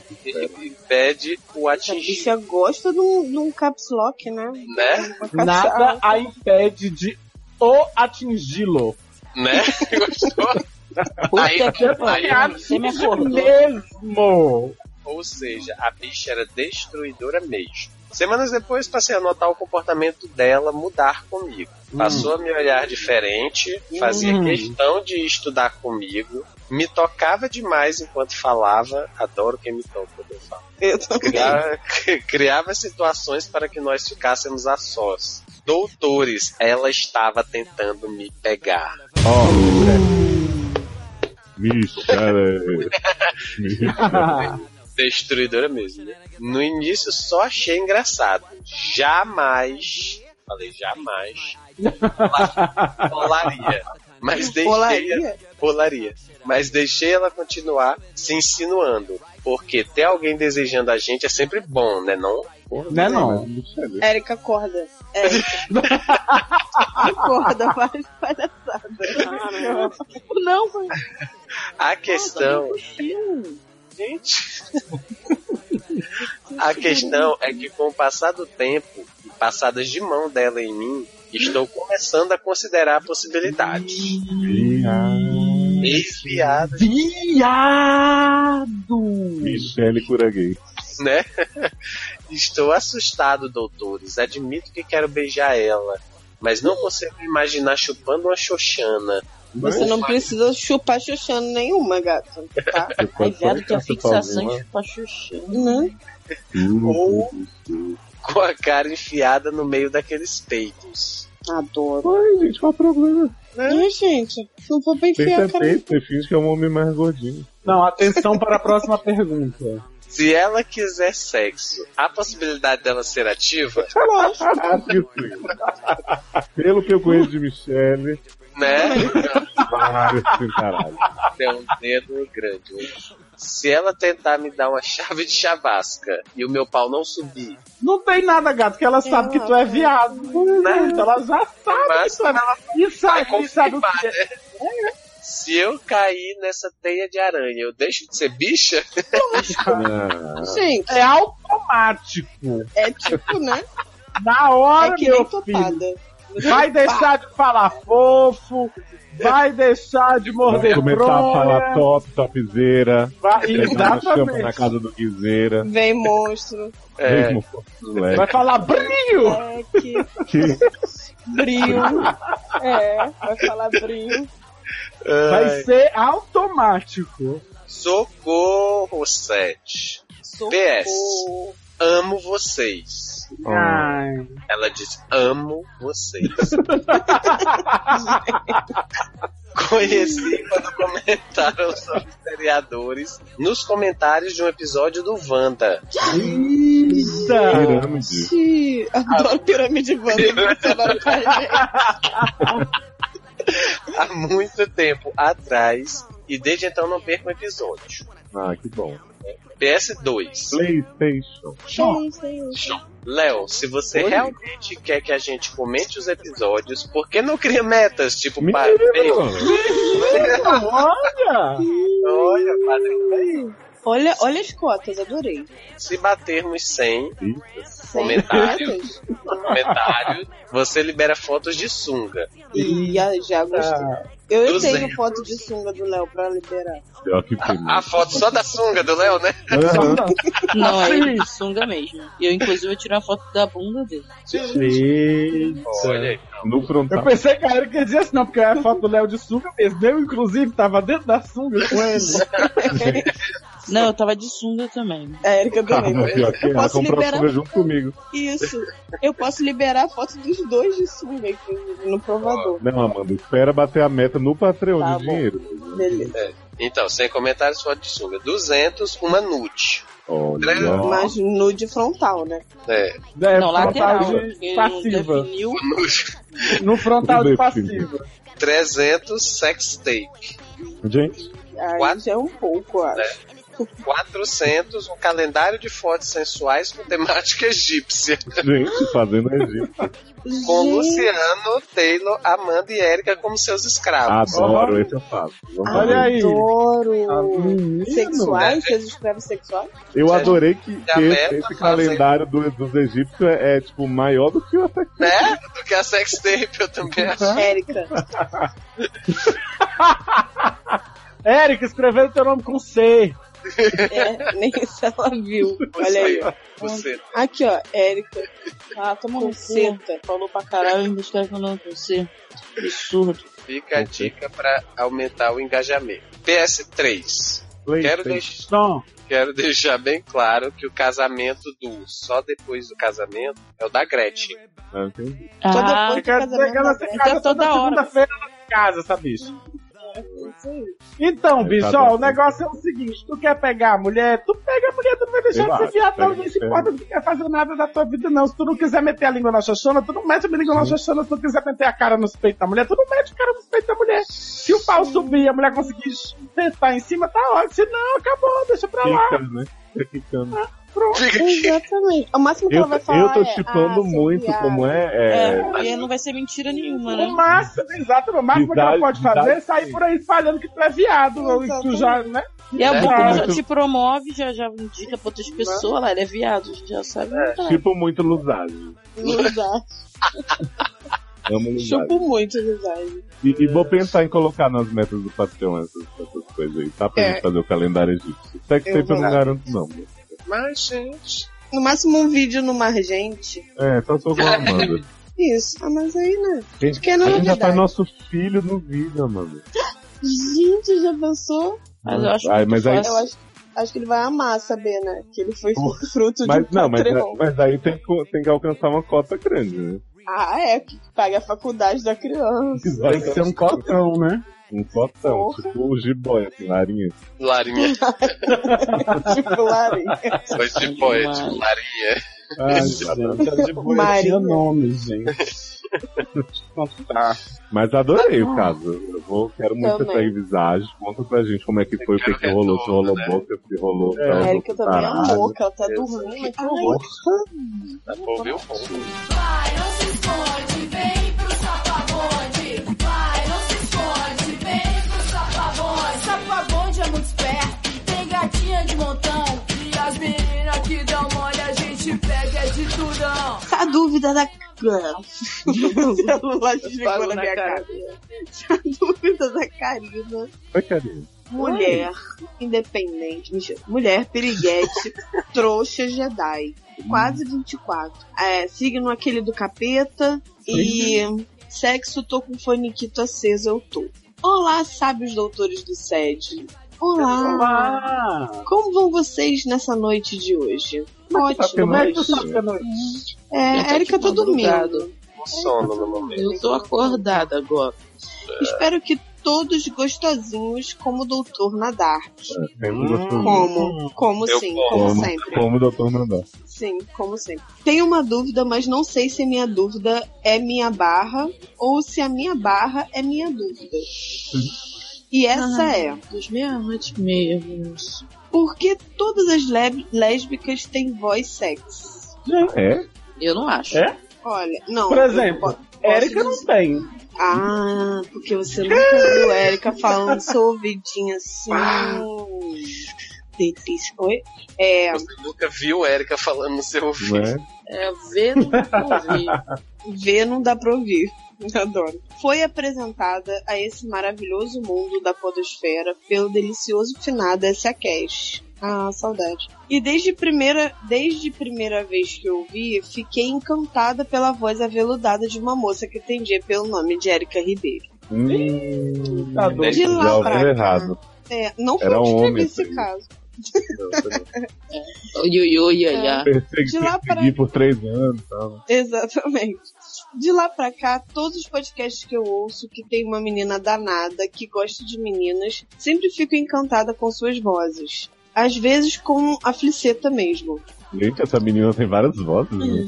Impede o Essa atingir, bicha gosta de um, de um caps lock, né? né? Uma caps- Nada a impede de o atingi-lo. Né? Gostou? Aí, é Puta que aí, pariu, você me acordou. Mesmo! ou seja, a bicha era destruidora mesmo. Semanas depois passei a notar o comportamento dela mudar comigo. Passou a me olhar diferente, fazia Hum. questão de estudar comigo, me tocava demais enquanto falava, adoro quem me toca quando eu falo. Eu também. Criava, criava situações para que nós ficássemos a sós. Doutores, ela estava tentando me pegar. Ó, Vixe, cara. Destruidora mesmo. né? No início só achei engraçado. Jamais, falei jamais, rola- rolaria. Mas deixei Polaria. rolaria. Mas deixei ela continuar se insinuando. Porque ter alguém desejando a gente é sempre bom, né? Não? Né não? Érica, acorda. Érica. acorda, faz palhaçada. Não, foi A questão. Gente. a questão é que com o passar do tempo e passadas de mão dela em mim, estou começando a considerar a possibilidade. Ex-viado, Viado! Michele Curaguei. né? estou assustado, doutores. Admito que quero beijar ela. Mas não consigo me imaginar chupando uma xoxana. Você não precisa chupar chuchando nenhuma, gato. Tá? Você pode só viado que a ficar fixação sozinha. chupa xuxa. Né? Ou com a cara enfiada no meio daqueles peitos. Adoro. Ai, gente, qual o problema? Né, gente? Não vou bem enfiar a Peito é cara. peito, você finge que é um homem mais gordinho. Não, atenção para a próxima pergunta. Se ela quiser sexo, há possibilidade dela ser ativa? Ah, que sim. Pelo que eu conheço de Michele, Né? vai sim, caralho. Tem um dedo grande. Se ela tentar me dar uma chave de chavasca e o meu pau não subir, Não tem nada, gato, que ela sabe que tu é viado. Né? Então Ela já sabe Mas que tu é viado. E vai sabe, e sabe o confirmar, que é. né? Se eu cair nessa teia de aranha, eu deixo de ser bicha? Ah, Gente, É automático. é tipo, né? Na hora, É que meu nem filho. topada. Vai deixar de falar fofo, É. vai deixar de vai morder começar a falar fronha. top, topzera. Vai, pegar na chapa na exatamente. casa do Guiseira. Vem monstro. É. Mesmo fosse moleque. Vai falar brilho. É que brilho. É, vai falar brilho. Vai ser automático. Socorro, Sete. Socorro. Amo vocês. Ai. Ela diz, amo vocês. Conheci quando comentaram sobre seriadores nos comentários de um episódio do Wanda. Eita! Pirâmide. Sim, Adoro pirâmide Wanda. Há muito tempo atrás e desde então não perco um episódio. Ah, que bom. PS2. Playstation. Léo, se você realmente quer que a gente comente os episódios, por que não cria metas? Tipo, pa- Menino! Olha! Olha, padre, olha, olha as cotas, adorei. se batermos 100 Sem Comentário. cotas. comentários, você libera fotos de sunga. E já, já Ah. gostei. Eu Duzentos. tenho foto de sunga do Léo pra liberar. Pior que Ah, A primeiro. foto só da sunga do Léo, né? Aham. Não, é ele de sunga mesmo. E eu, inclusive, eu tirei uma foto da bunda dele. Olha aí. No frontal. Eu pensei que a Erika ia dizer assim, não, porque era a foto do Léo de sunga mesmo. Eu, inclusive, tava dentro da sunga com ele. Não, eu tava de sunga também. A Erika Ah, também. mas pior que ela Posso comprou a liberar? sunga junto comigo. Isso. Eu posso liberar a foto dos dois de sunga, inclusive, no provador. Não, Amanda, espera bater a meta no Patreon Tá de bom. dinheiro. Beleza. Então, sem comentários, foto de sunga. 200, uma nude. Olha. Mas nude frontal, né? É, É, não, lateral. frontal de porque não passiva. definiu. nude. No frontal tá de Definido. passiva. 300, sex tape. Gente, Aí Quatro. já é um pouco, eu acho. 400, um calendário de fotos sensuais com temática egípcia. gente, fazendo Egito. É. Com Gente, Luciano, Taylor, Amanda e Érica como seus escravos. Adoro esse fase. Vamos Tá Olha assim? aí. Ah, Adoro. é menino. Sexuais? Vocês escrevem sexuais? Eu Já- adorei que, já que meta esse, fazem- calendário do- dos egípcios é, é, tipo maior do que o até Né? Do que a sex tape, eu também acho. Érica. Érica, escreveu teu nome com C. É, nem se ela viu. Olha aí, ó. Você. Aqui, ó, Érica. Ah, toma Com um seta. Falou pra caralho, não escreve meu nome pra você. Absurdo. Fica a dica pra aumentar o engajamento. PS3. Quero, deix- Som. quero deixar bem claro que o casamento do só depois do casamento é o da Gretchen. né? Ah, Eu quero dizer que ela casamento se aberto. casa Então Tá toda toda hora. segunda-feira ela se casa, essa bicha. Então, Aí, bicho, tá ó, bom. o negócio é o seguinte: tu quer pegar a mulher, tu pega a mulher, tu não vai deixar Eu de ser acho, viado, não, pega, não se pega. importa, tu não quer fazer nada da tua vida, não. Se tu não quiser meter a língua na xoxona, tu não mete a língua na xoxona, se tu quiser meter a cara nos peitos da mulher, tu não mete a cara nos peitos da mulher. Se o pau subir e a mulher conseguir sentar em cima, tá ótimo. Se não, acabou, deixa pra lá. Fica, né? Fica quicando. Ah, Pronto. Exatamente. O máximo que Eu, ela vai falar. eu tô tá, é, chipando ah, seu muito viado. como é. é, É, e não vai ser mentira nenhuma, O né? máximo, exato, o máximo que Idade- ela pode fazer é idade- sair por aí espalhando que tu é viado, ou que tu já, né? E a É. boca já Muito. te promove, já, já indica pra outras pessoas lá, ele é viado, já sabe. É. Tá. Tipo muito lusagem. Luzar. Amo lusagem. Chupo muito, Luzar. E, e vou pensar em colocar nas metas do Patreon essas, essas coisas aí, tá? Pra É. gente fazer o calendário egípcio. Sex Eu tape eu vou. não garanto, não. Mas, gente. No máximo um vídeo numa gente. É, só sou com a Amanda. Isso. Ah, mas aí, né? Gente, Que é a gente já novidade. faz nosso filho no vídeo, Amanda. Gente, já pensou? Mas eu acho Ai, muito mas aí- fácil. Eu acho, acho que ele vai amar saber, né? Que ele foi Porra. fruto Mas de um não, mas, é, Patreon. mas aí tem que, tem que alcançar uma cota grande, né? Ah, é. Que paga a faculdade da criança. Vai ser um cotão, né? Um cotão, Porra. tipo o jiboia, assim, larinha. Larinha. tipo, Lari. Foi de poético, Demais. Larinha. Ah, já tá. Marinha. nome, gente. Ah. Mas adorei o caso. Eu vou, quero muito Também. essa revisagem. Conta pra gente como é que foi, o que, quero que rolou, se rolou retorno, né? boca, se rolou. É. tal, A Erika também é caralho. louca. Ela tá dormindo. Que horror. Tá bom, viu? Bom. Vai, não se esconde, vem pro sapabonde. Vai, não se esconde, vem pro sapabonde. Sapabonde é muito esperto, tem gatinha de montão. E as meninas que dão mole, a gente pega é de tudão. tá A dúvida da O celular desligou Apagou na na minha cara. cara. A dúvida da Karina. Oi, carinho. Mulher independente, mentira, mulher piriguete, trouxa Jedi, quase 24. É, signo aquele do capeta e sexo tô com faniquito aceso, eu tô. Olá, sábios doutores do SED. Olá. Como vão vocês nessa noite de hoje? Ótimo. né? Como é que tu noite. sabe que é noite? É, Eu tô a Erika aqui tá dormindo. tipo, madrugada. Com sono no um momento. Eu tô acordada agora. Espero que todos gostosinhos como o doutor Nadar. Hum. Sempre gostoso. Como? Como Eu sim, como. como Como, sempre. É, como o doutor Nandá. Sim, como sempre. Tenho uma dúvida, mas não sei se minha dúvida é minha barra ou se a minha barra é minha dúvida. E essa Ah. é: Dos meia-noite e meia, vamos. por que todas as leb- lésbicas têm voz sexy? É? Eu não acho. É? Olha, não. Por eu exemplo, po- Érica posso não tem. Ah, porque você nunca viu Érica falando seu ouvidinho assim. Delícia. Oi? É, Você nunca viu Érica falando no seu Não ouvido. é? É ver não ouvir. ver não dá pra ouvir. Adoro. Foi apresentada a esse maravilhoso mundo da podosfera pelo delicioso finado S.A. Cash. Ah, saudade. E desde primeira, desde primeira vez que eu ouvi, fiquei encantada pela voz aveludada de uma moça que atendia pelo nome de Érica Ribeiro. Hum, Tá doido. De lá já pra ouviu cá. errado. É, não foi Era um um homem, esse sim. caso. Oi, oi, oi, ai, ai. Persegui, De lá pra- persegui por três anos. Tá? Exatamente. De lá pra cá, todos os podcasts que eu ouço que tem uma menina danada que gosta de meninas, sempre fico encantada com suas vozes. Às vezes com a fliceta mesmo. Gente, essa menina tem várias vozes, né?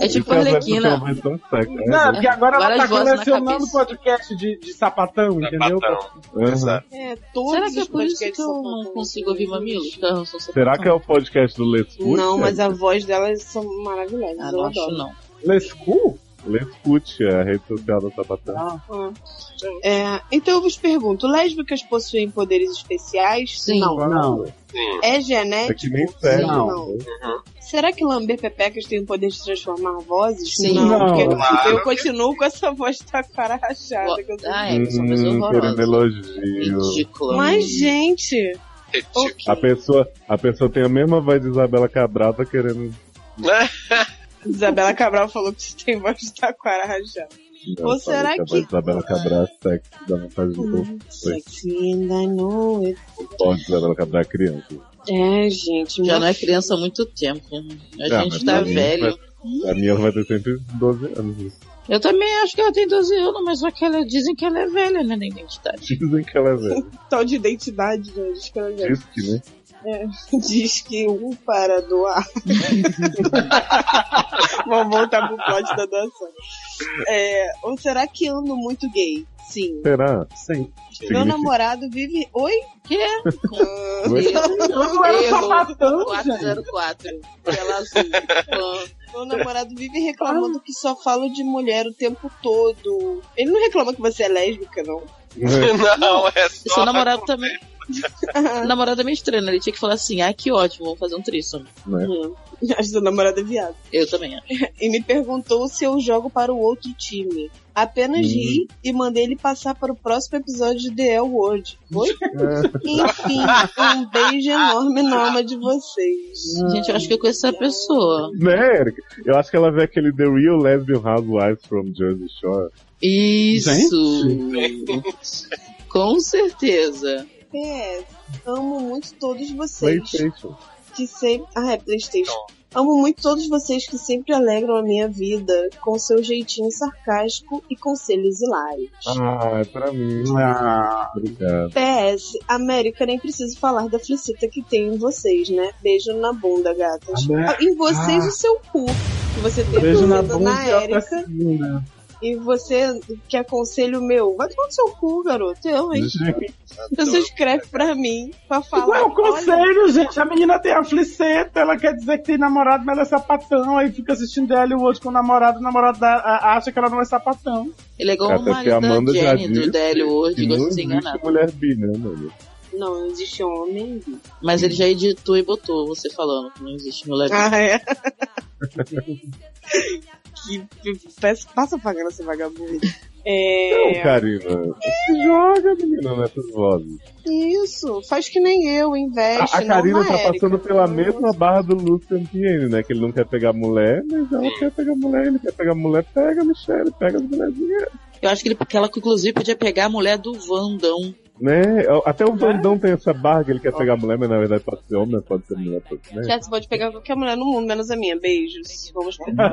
É Isso tipo é uma voz- isso é Arlequina. uma voz tão sexy, né? Não, porque agora ela Várias tá vozes na colecionando cabeça. podcast de, de sapatão, entendeu? Sapatão. Uhum. Exato. É, todos Será que é os por isso podcasts que eu são não fantasmas. consigo ouvir mamilos? Que eu sou Será que é o podcast do Let's Put? Não, mas a voz delas são maravilhosas. Ah, eu não acho adoro. não. Lescu? Let's Put, é a rede social da Sapatão. É, então eu vos pergunto: lésbicas possuem poderes especiais? Sim. Não. Não. É É genético? que nem tipo, sério. Não. Será que lamber pepecas tem o poder de transformar vozes? Sim. Não, Não. porque Claro. eu continuo com essa voz da cara rachada. que eu tô- Ah, é, que eu sou uma pessoa Hum, querendo horrorosa. elogio. Ridícula. Mas, gente, Retículo. ok. A pessoa, a pessoa tem a mesma voz de Isabela Cabral, tá querendo. Oh. Isabela Cabral falou que você tem voz da cara rachada. Ou Não, será falei a que- voz de Isabela Cabral é sexy, dá vontade de hum. Sexy and I know it. pode Isabela Cabral é criança. É, gente, Já minha não é criança há muito tempo. A Ah, mas gente tá pra mim, velho. A minha vai ter sempre 12 anos. Eu também acho que ela tem 12 anos, mas só que ela dizem que ela é velha, né, na identidade. Dizem que ela é velha. tal de identidade, né? Diz que, ela já- Diz que, né? diz que um para doar. Vamos voltar pro plot da doação. É, ou será que ando muito gay? Sim. Será? Sim. Meu Significa- namorado vive. Oi? Que? Eu era um sapatão, gente. 404. Tela azul. Meu namorado vive reclamando que só fala de mulher o tempo todo. Ele não reclama que você é lésbica, não. Não, é E Seu só. namorado também. O namorado também estranho, ele tinha que falar assim: ah, que ótimo, vamos fazer um tríssimo. Acho seu namorado é viado. Eu também acho. E me perguntou se eu jogo para o outro time. Apenas ri e mandei ele passar para o próximo episódio de The L World. Oi? Enfim, um beijo enorme na alma de vocês. Ah. Gente, eu acho que eu conheço essa pessoa. Né, Eric? Eu acho que ela vê aquele The Real Lesbian Housewives from Jersey Shore. Isso! Com certeza. PS, amo muito todos vocês. PlayStation. que sempre. Ah, é PlayStation. Amo muito todos vocês que sempre alegram a minha vida com seu jeitinho sarcástico e conselhos hilários. Ah, é pra mim. Ah, Obrigado. PS, América, nem preciso falar da flicita que tem em vocês, né? Beijo na bunda, gatas. Amé- Ah, Em vocês Ah. o seu cu. Que você tem Beijo na flicita bunda na e outra América. vacina. E você quer conselho meu? Vai tomar no seu cu, garoto. Eu, hein? Você escreve pra mim pra falar. Ué, é o olha, conselho, gente. A menina tem a fliceta, ela quer dizer que tem namorado, mas ela é sapatão. Aí fica assistindo ela e o outro com o namorado, o namorado da- a- acha que ela não é sapatão. Ele é igual Até o porque tá a marido Amanda da já Jenny disse do DL que World, não gosto de ser existe enganado. mulher bi, né, mano? Não, existe homem. Mas ele já editou e botou você falando que não existe mulher. Ah, é? que peça, passa pagando essa vagabunda. Não, É. Karina. Se joga, menina, nessas vozes. Isso, faz que nem eu, A, investe. a não é, Karina uma tá Érica. passando pela mesma barra do Lucian Piene, né? Que ele não quer pegar mulher, mas ela quer pegar mulher. Ele quer pegar mulher, pega, Michelle, pega as mulherzinhas. Eu acho que, ele, que ela, inclusive, podia pegar a mulher do Vandão. Né? Até o Vandão tem essa barra que ele quer pegar mulher, mas na verdade pode ser homem, né? pode ser mulher, pode ser. Né? Já você pode pegar qualquer mulher no mundo, menos a minha. Beijos. Vamos pegar.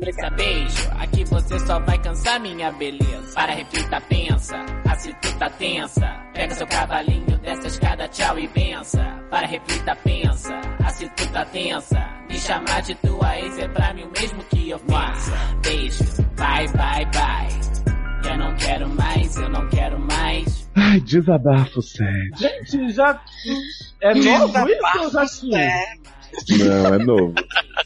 Pensa beijo, aqui você só vai cansar minha beleza. Para reflita, pensa, a cituta tá tensa. Pega seu cavalinho, desce a escada, tchau e bença. Para reflita, pensa, a cituta tá tensa. Me chamar de tua ex é pra mim o mesmo que ofensa. Beijo, bye, bye, bye. Eu não quero mais, eu não quero mais. Ai, desabafo, Sede. Gente, já. É novo isso né? ou já tinha? É, Não, é novo.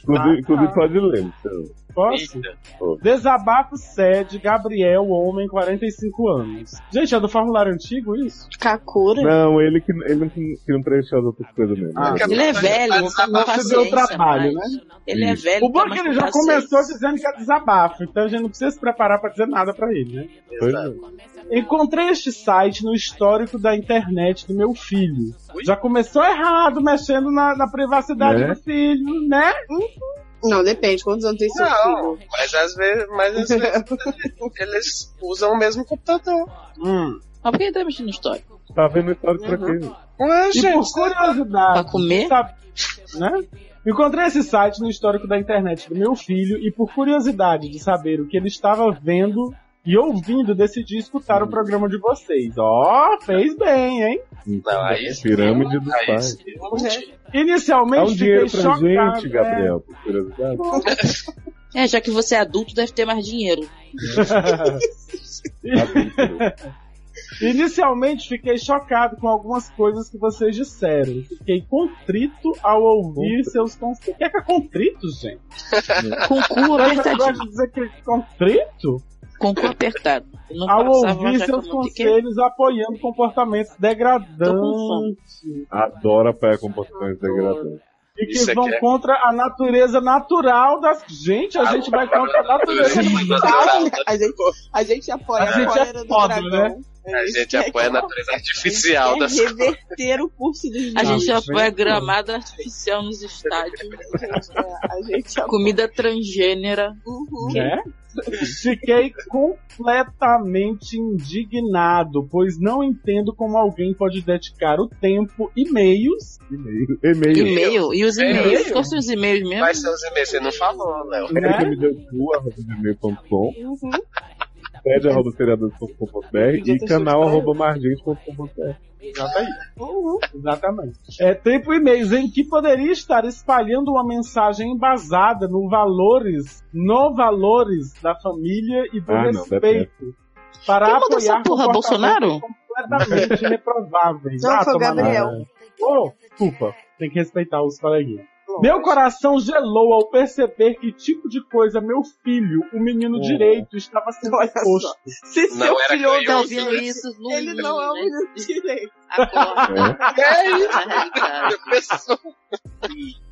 Inclusive, Ah, tá. inclusive pode ler, então. Posso? Eita. Desabafo sede, Gabriel, homem, 45 anos. Gente, é do formulário antigo isso? Kakura. Não, ele que, ele que, que não preencheu as outras coisas mesmo. Ah. Ele é velho, não tá com Nossa, deu paciência trabalho, mais. né? Ele é Isso. velho, O não tá bom é mais que ele com já paciência. começou dizendo que é desabafo, então a gente não precisa se preparar pra dizer nada pra ele, né? Pois Exato. Encontrei este site no histórico da internet do meu filho. Já começou errado, mexendo na, na privacidade Né? do filho, né? Não, depende. Quantos anos tem seu Não, filho? mas às vezes, mas às vezes eles usam o mesmo computador. Hum. Mas por que ele tá mexendo no histórico? Tá vendo história pra quê? Uhum. Ué, E por gente, Pra curiosidade, comer? sabe? Né? Encontrei esse site no histórico da internet do meu filho e por curiosidade de saber o que ele estava vendo e ouvindo, decidi escutar o programa de vocês. Ó, fez bem, hein? Não, aí sim. Pirâmide dos Aí pais. sim, multi- Dá Inicialmente um dinheiro fiquei pra chocado. gente, né? Gabriel, por curiosidade. É, já que você é adulto, deve ter mais dinheiro. Inicialmente fiquei chocado com algumas coisas que vocês disseram. Fiquei contrito ao ouvir seus conselhos. O que é que é contrito, gente? Com o cu Você gosta apertadinho. de dizer que é contrito? Com o cu apertado. Eu não Ao passava ouvir já seus que é? eu não fiquei. conselhos apoiando comportamentos degradantes Adora apanhar comportamentos degradantes. e que Isso aqui vão é- contra a natureza natural das. Gente, a gente vai contra a natureza natural. A gente, a gente apoia A gente é cólera do foda, dragão. né? É A gente quer apoia a que- natureza artificial a das gente quer reverter o curso dos A gente jogos. é apoia gramada artificial nos estádios. né? A gente apoia. Comida transgênera. Uhum. né? Fiquei completamente indignado, pois não entendo como alguém pode dedicar o tempo e meios. E-mail. E-mail. E-mail? E os É E-mail? e-mails? Ficou seus e-mails mesmo? Quais são os e-mails? Você não falou, Léo. É? Né? RTMDU.com, Uhum. sede arroba seriadores.com.br e canal arroba margins.com.br. Uhum. Exatamente. É tempo e meios em que poderia estar espalhando uma mensagem embasada no valores, no valores da família e do Ah, não, respeito. para Quem mandou apoiar essa porra, comportamentos Bolsonaro? completamente reprováveis. Não, foi o tomar no Gabriel. Ô, desculpa, tem que respeitar os coleguinhas. Meu coração gelou ao perceber que tipo de coisa meu filho, o menino Oh. direito, estava sendo Olha só. exposto. Se Não é seu era filho tá canhoto. Tá ouvindo ouvindo isso, isso? no ele mundo, não é um né? menino direito. né? Acorda. É isso, Ai, cara. pessoal.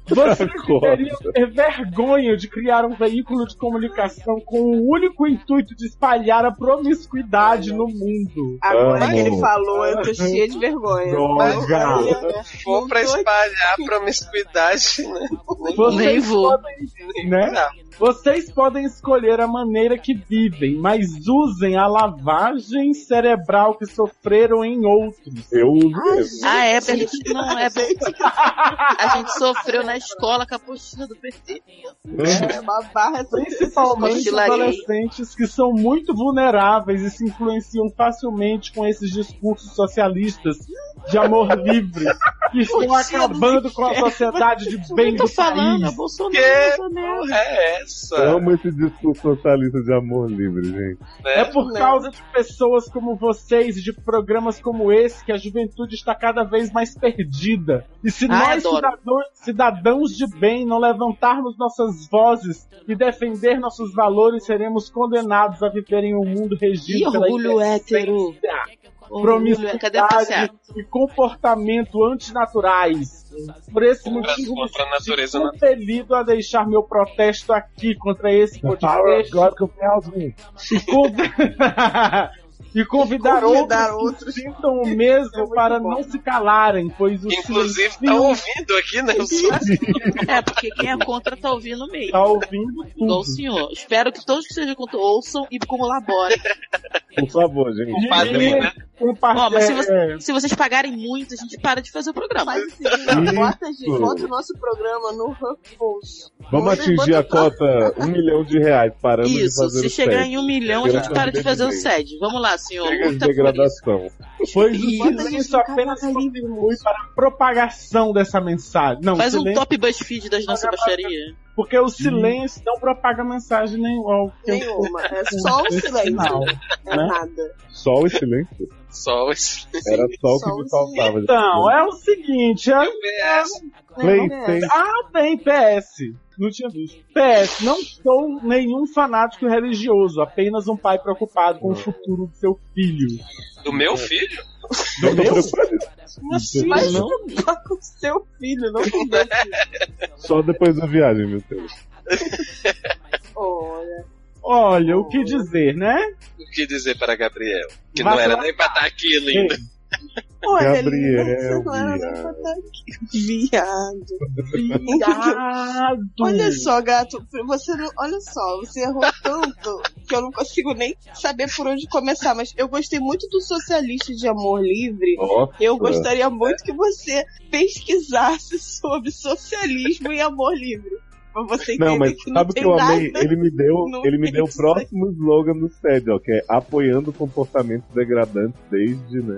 Você Agora. teria ter vergonha de criar um veículo de comunicação com o único intuito de espalhar a promiscuidade no mundo. Agora Amo. que ele falou, eu tô cheia de vergonha. Droga. Mas, olha, For pra não tô- espalhar promiscuidade, né? Nem vou. podem, né? Vocês podem escolher a maneira que vivem, mas usem a lavagem cerebral que sofreram em outros. Eu uso mesmo. Ah, é, porque a gente não é. porque A gente sofreu na escola com a postura do PT. É uma barra Principalmente Cochilaria. adolescentes que são muito vulneráveis e se influenciam facilmente com esses discursos socialistas de amor livre que estão Cochilo, acabando com a sociedade de bem é. Eu tô do falando, é país. Bolsonaro. Que Bolsonaro. porra é essa? Eu amo esse discurso socialista de amor livre, gente. né? É por Não. causa de pessoas como vocês e de programas como esse que a juventude está cada vez mais perdida. E se Ai, nós, adoro. cidadão- cidadãos de bem, não levantarmos nossas vozes e defender nossos valores, seremos condenados a viver em um mundo Que regido pela orgulho hétero. Orgulho hétero. Cadê a passeada? promiscuidade e comportamento antinaturais. Por esse motivo, contra a natureza fui compelido a deixar meu protesto aqui contra esse Ah, podcast e, convi- e convidar, Convidar outros É que sintam o mesmo para não se calarem, pois o Inclusive, tá silencinho ouvindo aqui, né? É, porque quem é contra tá ouvindo meio. está ouvindo Igual tudo. o senhor. Espero que todos que sejam contra ouçam e colaborem. Por favor, gente. O padrinho, né? Um Ó, mas se, compartilhar. você- É. se vocês pagarem muito, a gente para de fazer o programa. Faz o seguinte, bota, a gente, Isso. bota o nosso programa no HuffPost. Vamos Bota- atingir bota- a cota um milhão de reais parando de Isso, fazer se o chegar sede. em um milhão, a gente Graças para a de Deus, fazer o gente. sede. Vamos lá, senhor. Chega de Luta por isso. degradação. Pois Bota a isso, gente isso no apenas Cavaleirinhos. contribui para a propagação dessa mensagem. Não, Faz um né? silêncio, top BuzzFeed das nossas baixarias. porque o silêncio não propaga mensagem nenhuma. Nenhuma. É só o silêncio. então. Não. É né? nada. Sol e silêncio. Só esse. Era só o Sol que e me faltava. Então, é o seguinte, é- Playstation. Ah, tem, PS. Não tinha visto. PS, não sou nenhum fanático religioso, apenas um pai preocupado com o futuro do seu filho. Do meu filho? Eu tô preocupado. Mas não? preocupar com o seu filho, não com Deus. Só depois da viagem, meu Deus. Olha. Olha, o que dizer, né? O que dizer para Gabriel? Que Vai não era lá. nem pra estar aqui, linda. Olha, linda, Gabriel, você não era nem pra estar aqui. Viado. Viado! Olha só, gato, você não. Olha só, você errou tanto que eu não consigo nem saber por onde começar. Mas eu gostei muito do socialista de amor livre. Nossa. Eu gostaria muito que você pesquisasse sobre socialismo e amor livre. Pra você entender Não, mas que não sabe o que tem eu nada. amei? Ele me deu, Não ele me tem deu o isso aí. próximo slogan do sede, ó, que é apoiando comportamentos degradantes desde, né?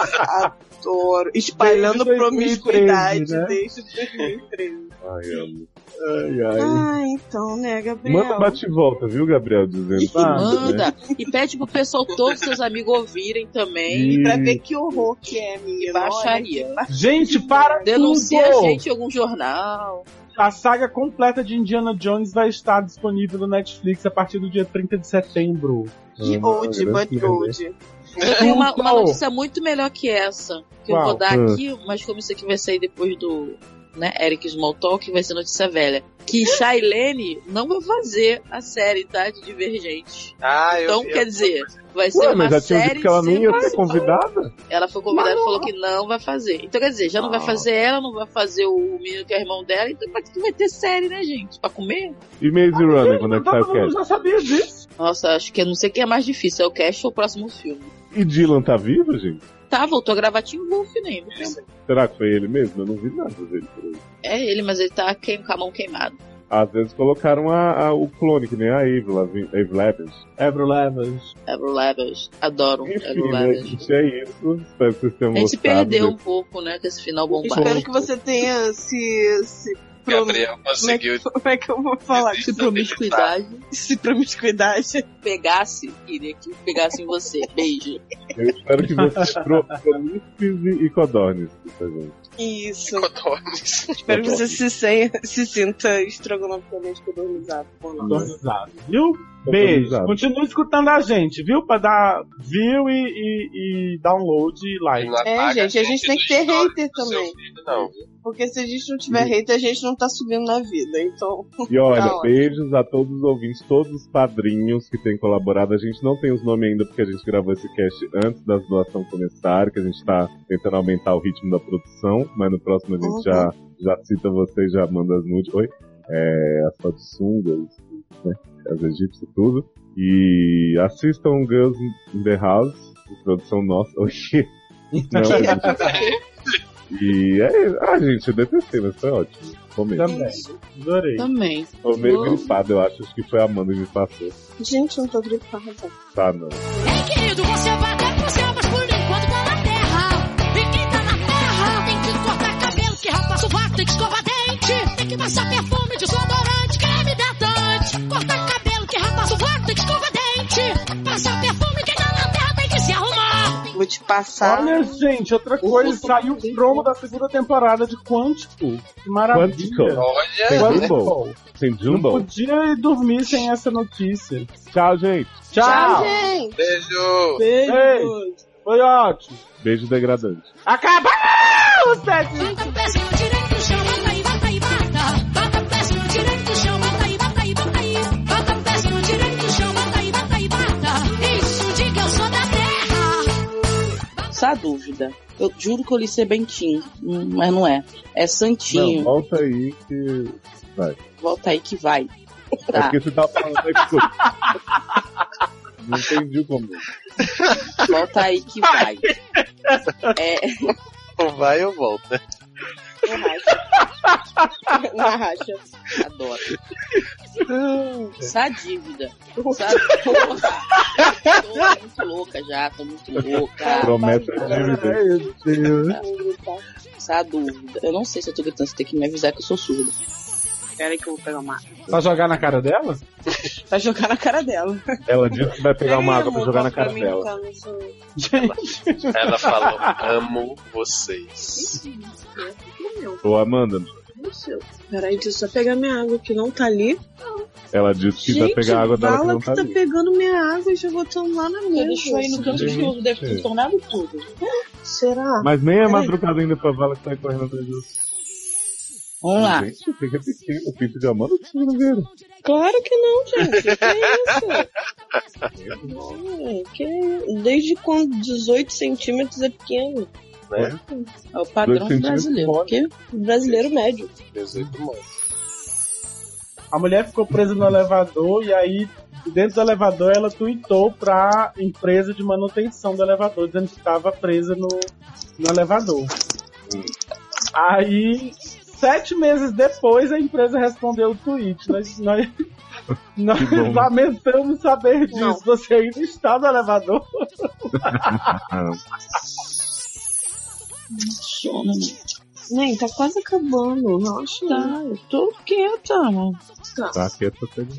Adoro. Espalhando Desde 2013, promiscuidade né? É desde 2013. Ai, amo. Ai, ai. Ah, então, né, Gabriel? Manda bate e volta, viu, Gabriel? Dizendo. Ah, né? Manda. E pede pro pessoal, todos os seus amigos ouvirem também. Pra ver que horror que é, menina. Baixaria. Gente, para Denuncia a tudo! gente em algum jornal. A saga completa de Indiana Jones vai estar disponível no Netflix a partir do dia 30 de setembro. De Amo, old, graças a but Deus. old. Tem É uma, uma Qual? notícia muito melhor que essa. Que eu É, então. Qual? vou dar Ah. aqui, mas como isso aqui vai sair depois do né, Eric Smalltalk, vai ser notícia velha. Que Shailene não vai fazer a série, tá? De Divergente. Ah, eu Então, vi quer alguma dizer, vai ser Ué, é uma mas já tinha série. dito que ela nem ia ser convidada? Ela foi convidada e falou que não vai fazer. Então, quer dizer, já não vai fazer ela, não vai fazer o menino que é irmão dela. Então, pra que que vai ter série, né, gente? Pra comer? E Maze Runner, quando é que sai o então, Todo mundo cast? já sabia disso. Nossa, acho que eu não sei quem é mais difícil, é o cast ou o próximo filme. E Dylan tá vivo, gente? Tá, voltou a gravar Tim Wolf, nem. Né? Será que foi ele mesmo? Eu não vi nada dele por aí. É ele, mas ele tá queim, com a mão queimada. Às vezes colocaram a, a- o clone, que nem a Eve, Lavin- Eve Lavigne. Ebro Levas. Avril Lavigne, É, adoro Avril Enfim, né, Lavigne. gente, é isso. Espero que vocês tenham A gente gostado. perdeu um pouco, né, com esse final Espero bombado. que você tenha se. se coisa. Gabriel Como é, conseguiu. que, como é que eu vou falar? Tipo, Se promiscuidade Se promiscuidade. pegasse, queria que pegasse em você. Beijo. Eu espero que vocês promiscuem e codornes. tá, gente? Isso. Cotones. Espero que você se, sen- se sinta estrogonoficamente colonizado por nós. Autorizado, viu? Tá Beijo. Autorizado. Continua escutando a gente, viu? Pra dar view e, e- e download e like. Não apaga É, gente, a gente tem que ter do histórico hater do seu também. filho, Não. Porque se a gente não tiver hater, a gente não tá subindo na vida. Então, E olha, Tá ótimo. beijos a todos os ouvintes, todos os padrinhos que têm colaborado. A gente não tem os nomes ainda porque a gente gravou esse cast antes da doação começar, que a gente tá tentando aumentar o ritmo da produção, mas no próximo a gente Uhum. já, já cita vocês, já manda as nudes. Oi? É, as fotos sungas, né? As egípcias e tudo. E assistam Girls in the House, produção nossa. Oxi! Não, a gente- E é isso. Ah, gente, eu detestei, mas foi ótimo. Comenta. Também. Adorei. Também. Tô meio Vamos. gripado, eu acho. Acho que foi a Amanda que me passou. gente, eu não tô gripada. Tá, não. Ei, querido, você vai até pro céu, mas por enquanto tá na terra. E quem tá na terra tem que cortar cabelo, que rapar sovaco, tem que escovar dente. Tem que passar perfume, desodorante, creme hidratante. Cortar cabelo, que rapar sovaco, tem que escovar dente. Passar perfume, quem tá na terra tem que se arrumar. Vou te passar. Olha, gente, outra coisa, saiu o promo da segunda temporada de Quântico. Que Maravilha. Quântico. Tem Olha, né? Jumbo. Tem Não Jumbo. podia dormir sem essa notícia. Tchau, gente. Tchau. Tchau, gente. beijo. Beijo. Ei. Foi ótimo. Beijo degradante. Acabou o set. Bota o pezinho direito no chão, bota aí, bota aí, bota. Bota o pezinho direito no chão, bota aí, bota aí, bota aí. Bota o pezinho direito no chão, bota aí, bota aí, bota. Isso, diga, eu sou da terra. Só a dúvida. Eu juro que eu li ser Bentinho, hum, mas não é. É Não, Santinho. volta aí que. Volta aí que vai. É Tá. porque você tá falando aí que eu- Não entendi como. Volta aí que vai. É, Ou vai ou volta. borracha. Borracha. Adoro. Essa dívida. Sabe? Porra. Tô muito louca já, tô muito louca. Promessa de dívida. Meu Deus. Essa dúvida. Eu não sei se eu tô gritando, você tem que me avisar que eu sou surda. Pera aí que eu vou pegar uma. Só jogar na cara dela? Vai jogar na cara dela. Ela disse que vai pegar uma água pra jogar na cara dela. Ela falou, amo vocês. Ô, Amanda, Peraí, deixa eu só pegar minha água que não tá ali. ela disse que vai Gente, pegar a tá água dela que fala não que tá tá ali. pegando minha água e já botando lá na mesa. Deixou aí no canto de ouro, deve ter tornado tudo. Será? Mas nem é madrugada ainda pra vala que tá correndo atrás de você. Vamos lá. Gente, tem que repetir. O pinto de Amanda tá que vocês não viram. Claro que não, gente. Que isso? Hum, que... Desde quando 18 centímetros é pequeno. É o padrão Dois brasileiro. Porque Brasileiro médio. 18 mortos. A mulher ficou presa no elevador e aí, dentro do elevador, ela tweetou pra empresa de manutenção do elevador, dizendo que estava presa no, no elevador. Aí, sete meses depois, a empresa respondeu o tweet. Nós, nós, nós bom. lamentamos saber disso. Não. Você ainda está no elevador. funciona, mano. Nem, tá quase acabando. Nossa, tá. Eu tô quieta, mano. Tá, aqui é pra pegar.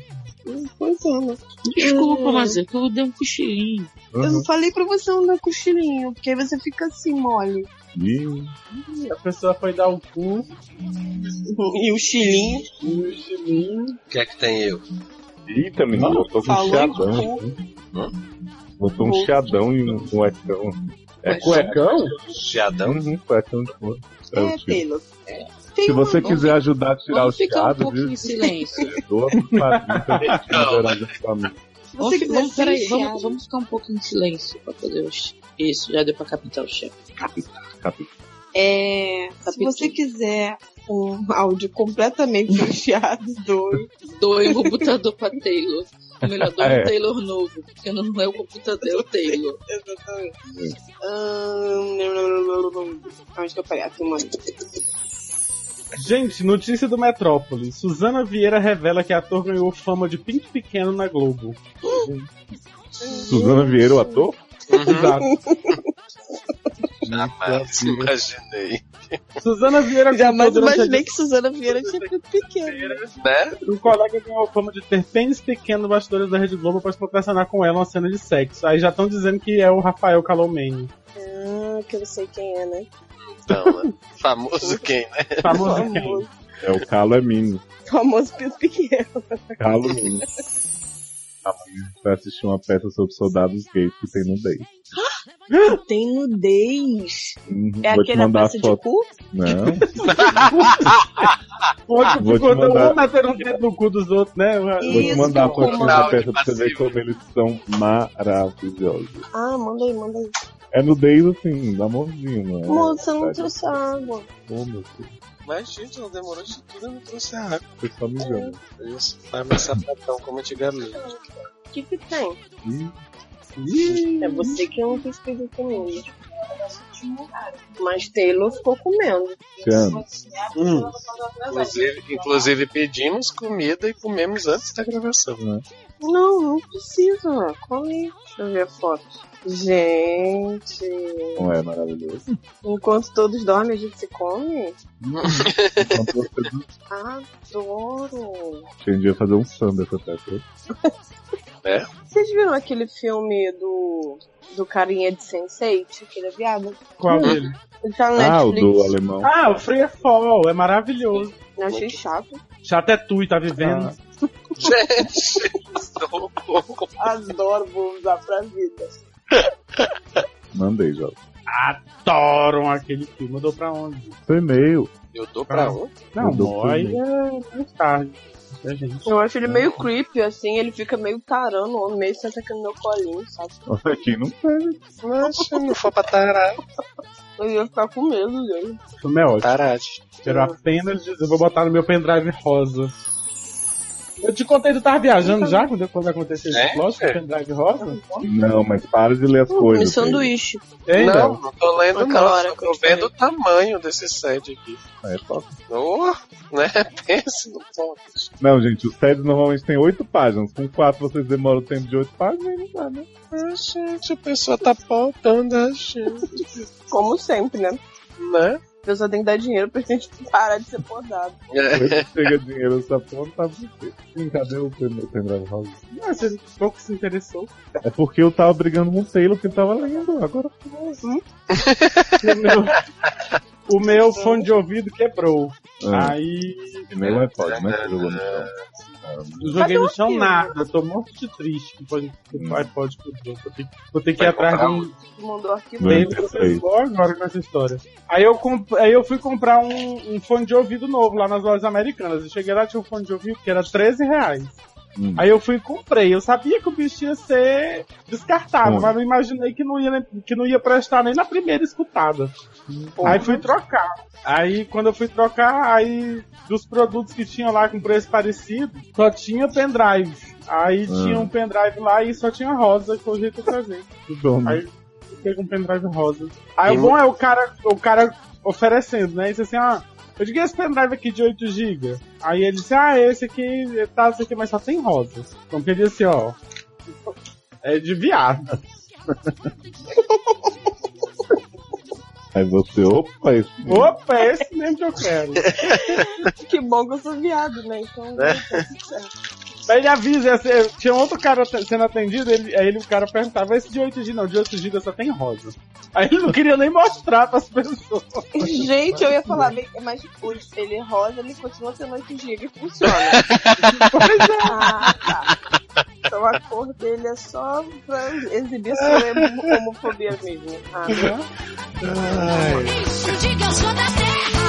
Pois é, né? Desculpa, Hum. mas é que eu dei um cochilinho. Eu Aham. não falei pra você não dar cochilinho, porque aí você fica assim, mole. Ih, A pessoa foi dar o cu E o chilinho. no chininho. O que é que tem eu? Eita, menino, eu tô com um Falou chiadão. em Botou um Vou. chiadão e um um cuecão. É Cuecão? Chiadão? Uhum, cuecão de cor. É É, o tipo. Taylor. Tem Se uma- você quiser ajudar a tirar o Vamos ficar um chiado, pouco em viu? silêncio. Doa pro padrinho pra gente liberar de família. se Vamos, você fi- quiser vamos, ser peraí, enfiado, vamos, vamos ficar um pouco em silêncio pra fazer o chi- Isso, já deu pra captar o chefe. É, se Capítulo. você quiser um áudio completamente fechado do Doei o computador pra Taylor. Ou Melhor, doei É. um Taylor novo. Porque não é o computador, é o Taylor. Exatamente. Ahn, Onde que eu parei? Aqui, mano. Gente, notícia do Metrópole. Suzana Vieira revela que ator ganhou fama de pinto pequeno na Globo. Suzana Vieira, o ator? Exato. Jamais imaginei. Suzana Vieira Jamais contou durante a imaginei que Suzana Vieira tinha sido pequena. Né? Um colega ganhou fama de ter pênis pequeno no bastidores da Rede Globo após proporcionar com ela uma cena de sexo. Aí já estão dizendo que é o Rafael Calomeni. Ah, que eu sei quem é, né? Então, né? Famoso quem, né? Famoso. Famoso, É o Calo é Mini. famoso Pedro pequeno. Calo Mini. Pra assistir uma peça sobre soldados gays que tem no Day. Tem nudez. Uhum, É Vou te aquele mandar da a peça de foto. cu? Não. Outro Ah, Vou te ficou mandar- um meter um dedo no cu dos outros, né? Vou te Isso, mandar a com foto da moral de peça pra você ver passivo. como eles são maravilhosos. Ah, manda aí, manda aí. É no Day, assim, da mãozinha, mano. Moça, eu não Tá, trouxe água. Ô, meu Deus, Mas, gente, ela demorou de tudo, eu não trouxe a água. você só me engana. Eu Vai meu sapatão como antigamente. O que que tem? Ih, É você que não quis pedir comigo. Mas Taylor ficou comendo. Tiana, Hum. Inclusive, inclusive pedimos comida e comemos antes da gravação. Não, não precisa. Come. Deixa eu ver a foto. Gente. não é maravilhoso. Enquanto todos dormem, a gente se come? Enquanto você Adoro! tinha dia fazer um samba essa peça. Vocês viram aquele filme do, do carinha de Sense8? Aquele é viado? Qual dele? Ele tá no Ah, o Netflix. do alemão. Ah, o Free Fall, é maravilhoso. Eu achei chato. Chato é tu e tá vivendo. Ah. Gente, estou pouco. Adoro, vou usar pra vida. Mandei, Jota. Adoram aquele filme. Mandou pra onde? Seu e-mail. Eu dou pra um. Não, Mandou mó, pro aí e-mail. é muito tarde. É, gente. Eu acho ele meio creepy, assim, ele fica meio tarando, ou meio senta aqui no meu colinho, sabe? Olha aqui, não pega. Mas se não for pra tarar, Eu ia ficar com medo dele. O filme é ótimo. tarate. Quero apenas dizer, eu vou botar no meu pendrive rosa. Eu te contei, tu tava viajando já quando, quando aconteceu É? esse plot, o pendrive rosa? Não, mas para de ler as Um coisas. hein? sanduíche. Ei, não, não tô lendo Outra não, hora, só tô continua vendo aí. o tamanho desse sede aqui. É, só- Oh, né? Pense no ponto. Não, gente, os TEDs normalmente tem oito páginas. Com quatro vocês demoram o tempo de oito páginas, não dá, né? Ah, gente, a pessoa tá pautando a gente, Como sempre, né? né? A pessoa tem que dar dinheiro pra gente parar de ser podado. É. Depois que chega dinheiro nessa porra, tá bonito. Hum, Cadê o pen- pendrive rosa? Não, Ah, você pouco se interessou. É porque eu tava brigando com o Taylor que ele tava lendo. Agora O meu, o meu fone de ouvido quebrou. Ah, Ah. Aí que nem o iPod, né? Jogou no chão. eu joguei no chão nada, tô muito de triste que o iPod- que Hum. o iPod quebrou. Vou ter, que- vou ter que ir Vai atrás de comprar um Que mandou arquivo. Vai. dentro igual agora com essa história. Aí eu, comp- aí eu fui comprar um, um fone de ouvido novo lá nas lojas americanas. Eu cheguei lá, tinha um fone de ouvido que era 13 reais. Hum. Aí eu fui e comprei. Eu sabia que o bicho ia ser descartável, Hum. mas eu imaginei que não, ia, nem- que não ia prestar nem na primeira escutada. Aí fui trocar. Aí quando eu fui trocar, aí dos produtos que tinha lá com preço parecido, só tinha pendrive. Aí Hum. tinha um pendrive lá e só tinha rosa, que foi o jeito que eu trazer Que bom, né? Aí- fiquei com um pendrive rosa. Aí E o bom é o cara, o cara oferecendo, né? E disse assim, ah, eu digo esse pendrive aqui de 8 GB. Aí ele disse, ah, esse aqui, tá, esse aqui, mas só tem rosa. Então queria assim, ó. É de viado. Aí você, opa, esse Opa, é esse mesmo que eu quero. Que bom que eu sou viado, né? Então. Aí ele avisa, assim, tinha outro cara te- sendo atendido, ele, aí ele, o cara perguntava, esse de 8 GB, não, de 8 GB só tem rosa. Aí ele não queria nem mostrar pras pessoas. Gente, eu ia falar, bem, mas o, ele rosa, ele continua sendo 8 GB e funciona. Ah, tá. Então a cor dele é só pra exibir sua homo- homofobia mesmo. Ah, Isso, diga eu sou da terra.